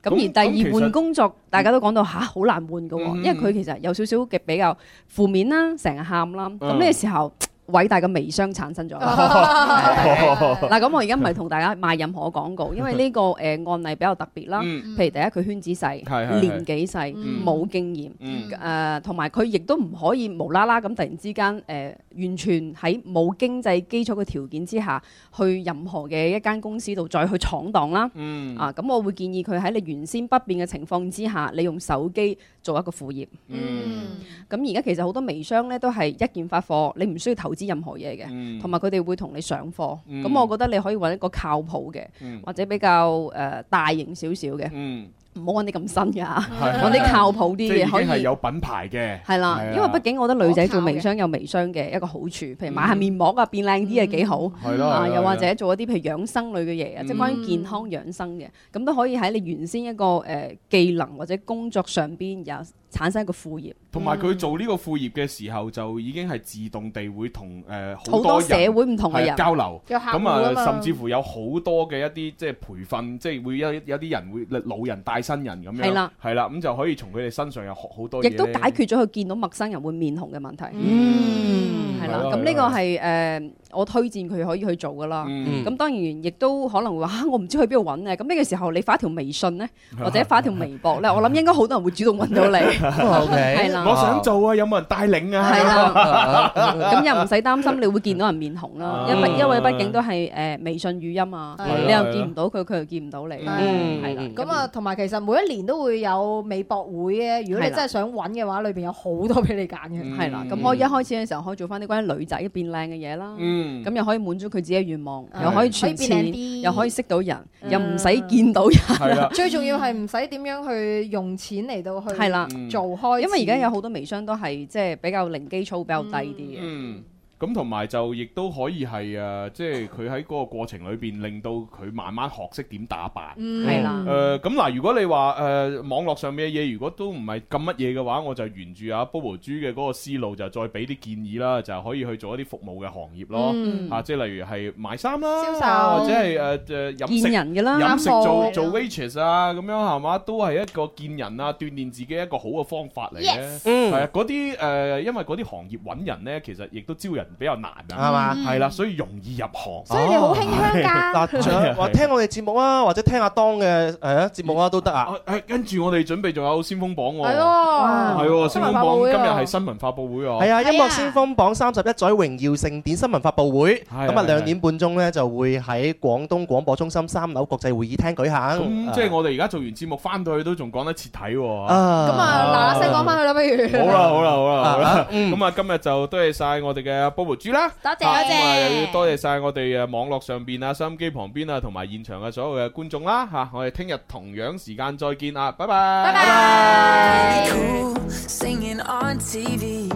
S7: 咁
S15: 咁
S7: 而
S15: 咁其
S7: 第
S15: 實
S7: 二換工作，大家都講到吓好難換嘅喎，
S15: 嗯
S7: 因為佢其實有少少嘅比較負面啦，成日喊啦。咁
S15: 嗯
S7: 呢個時候，嘖偉大嘅微商 產生咗啦。嗱，咁我而家唔係同大家賣任何廣告，因為呢個誒案例比較特別啦。
S15: 嗯
S7: 譬如第一，佢圈子細
S15: 係係係，
S7: 年紀細
S15: 嗯，
S7: 冇經驗
S15: 嗯，
S7: 誒，呃同埋佢亦都唔可以無啦啦咁突然之間誒，完全喺冇經濟基礎嘅條件之下，去任何嘅一間公司度再去闖蕩啦。
S3: 嗯
S7: 啊，咁我會建議佢喺你原先不變嘅情況之下，你用手機做一個副業。
S3: 嗯，
S7: 咁而家其實好多微商咧都係一件發貨，你唔需要投資任何嘢
S3: 嗯
S7: 嘅，同埋佢哋會同你上課。咁、
S15: 嗯
S7: 我覺得你可以揾一個靠譜嘅，
S15: 嗯
S7: 或者比較誒、呃大型少少嘅，
S3: 嗯
S7: 唔好揾啲咁新㗎，
S3: 係
S7: 揾啲靠譜
S3: 即係已
S7: 啲嘅
S3: 經
S7: 可
S3: 係
S7: 以。
S3: 有品牌嘅，
S7: 係啦，因為畢竟我覺得女仔做微商有微商嘅一個好處，譬
S3: 嗯
S7: 如買下面膜啊，變靚啲係幾好，
S15: 係咯
S7: 啊
S15: 係咯
S7: 又或
S15: 係
S7: 者做一啲譬如養生類嘅嘢啊，
S3: 嗯
S7: 即係關於健呃康養生嘅，咁都可以喺你原先一個誒技能或者工作上邊有產生一個副業。
S3: 同埋佢做呢個副業嘅時候，就已經係自動地會同誒
S7: 好多
S3: 人
S7: 社會唔同嘅人
S3: 係啊交流，
S7: 有客戶
S3: 咁
S7: 啊嘛
S3: 啊，甚至乎有好多嘅一啲即係培訓，即係會有有啲人會呃老人帶新人咁樣，
S7: 係啦
S3: 係啦，咁就可以從佢哋身上又學好多嘢
S7: 亦
S3: 呢，
S7: 都解決咗佢見到陌生人會面紅嘅問題。
S3: 嗯
S7: 係
S3: 係
S7: 啦。
S3: 咯
S7: 咁呢
S3: 係
S7: 個
S3: 咯
S7: 係誒，我推薦佢可以去做噶啦。
S3: 嗯
S7: 咁當然亦都可能會話 啊我唔知去邊度揾咧。咁呢個時候你發一條微信咧，或者發一條微博咧，我諗應該好多人會主動揾到你。係啦。
S3: 我想做啊，有冇人帶領啊？係
S7: 啦，咁又唔使擔心，你會見到人面紅啦，
S3: 啊
S7: 因為因為畢竟都係誒微信語音啊，
S3: 係
S7: 你
S3: 啦
S7: 又見唔到佢，佢又見唔到你，
S6: 嗯
S7: 係啦。
S6: 咁啊，同埋其實每一年都會有美博會嘅，如果你
S7: 係啦
S6: 真係想揾嘅話，裏邊有好多俾你揀
S3: 嗯
S6: 嘅。
S7: 係啦，咁我一開始嘅時候可以做翻啲關於女仔變靚嘅嘢啦，
S6: 嗯
S7: 咁又可以滿足佢自己嘅願望，
S6: 係
S7: 又可以存
S6: 可以變靚
S7: 錢，
S6: 啲
S7: 又可以識到人，又唔使見到
S3: 嗯
S7: 人，
S6: 最重要係唔使點樣去用錢嚟到去
S7: 係啦
S6: 做嗯開始，
S7: 因為而家有好多微商都係即係比較零基礎比較低啲嘅，
S3: 嗯，咁同埋就亦都可以係誒，呃即係佢喺嗰個過程裏邊，令到佢慢慢學識點打扮。
S7: 嗯係啦
S3: 誒咁嗱，如果你話誒網絡上面嘅嘢，如果都唔係咁乜嘢嘅話，我就沿住阿 Bobo 豬嘅嗰個思路，就再俾啲建議啦，就可以去做一啲服務嘅行業咯。
S7: 嗯
S3: 啊，即係例如係賣衫啦，
S7: 銷售
S3: 或者係誒誒飲食
S7: 見人嘅啦
S3: 飲食
S7: 啱
S3: 做
S7: 喎
S3: 做 waitress 啊，咁樣係嘛，都係一個見人啊，鍛鍊自己一個好嘅方法嚟嘅。
S5: Yes
S3: 係
S5: 嗯
S3: 啊，嗰啲誒，因為嗰啲行業揾人呢，其實亦都招人比較難啊，
S5: 係嘛嗯
S3: 係啦，所以容易入行。
S5: 所以你好
S3: 輕
S5: 馨嗱，仲有話聽我哋節目啊，或者聽阿當嘅誒節目啊，都得啊。
S3: 跟住我哋準備仲有先鋒榜喎，
S5: 係喎
S3: 係喎，先鋒
S5: 啊新聞
S3: 榜
S5: 發佈會喎
S3: 今日係新聞發佈會喎，
S5: 係啊，音樂先鋒榜三十一載榮耀盛典新聞發佈會，
S3: 啊
S5: 咁啊
S3: 係
S5: 兩點半鐘呢就會喺廣東廣播中心三樓國際會議廳舉行。
S3: 咁即係我哋而家做完節目翻到去都仲講得徹底喎，
S5: 嗯啊咁
S6: 啊嗱嗱聲講翻佢啦，不如
S3: 好啦好啦好啦好
S5: 啊
S3: 啦
S5: 啊，
S3: 咁啊今日就多謝晒我哋嘅 Bobo 豬啦，
S6: 多謝
S3: 啊
S6: 多謝
S3: 咁啊又要多謝晒我哋誒網絡上邊啊、收音機旁邊啊，同埋現場嘅所有嘅觀眾啦吓，我哋聽日同樣時間再見啊，拜拜，拜拜。
S15: cool singing on TV.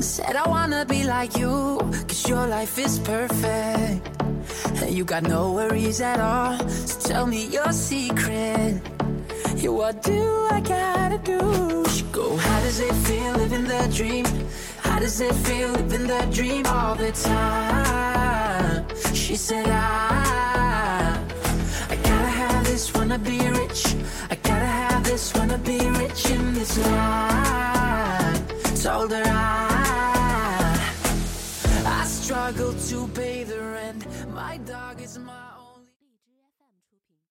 S15: Said I wanna be like you, cause your life is perfect. And you got no worries at all, so tell me your secret. Yeah, what do I gotta do? She go, how does it feel living the dream? How does it feel living the dream all the time? She said, I, I gotta have this, wanna be rich. I gotta have this, wanna be rich in this life.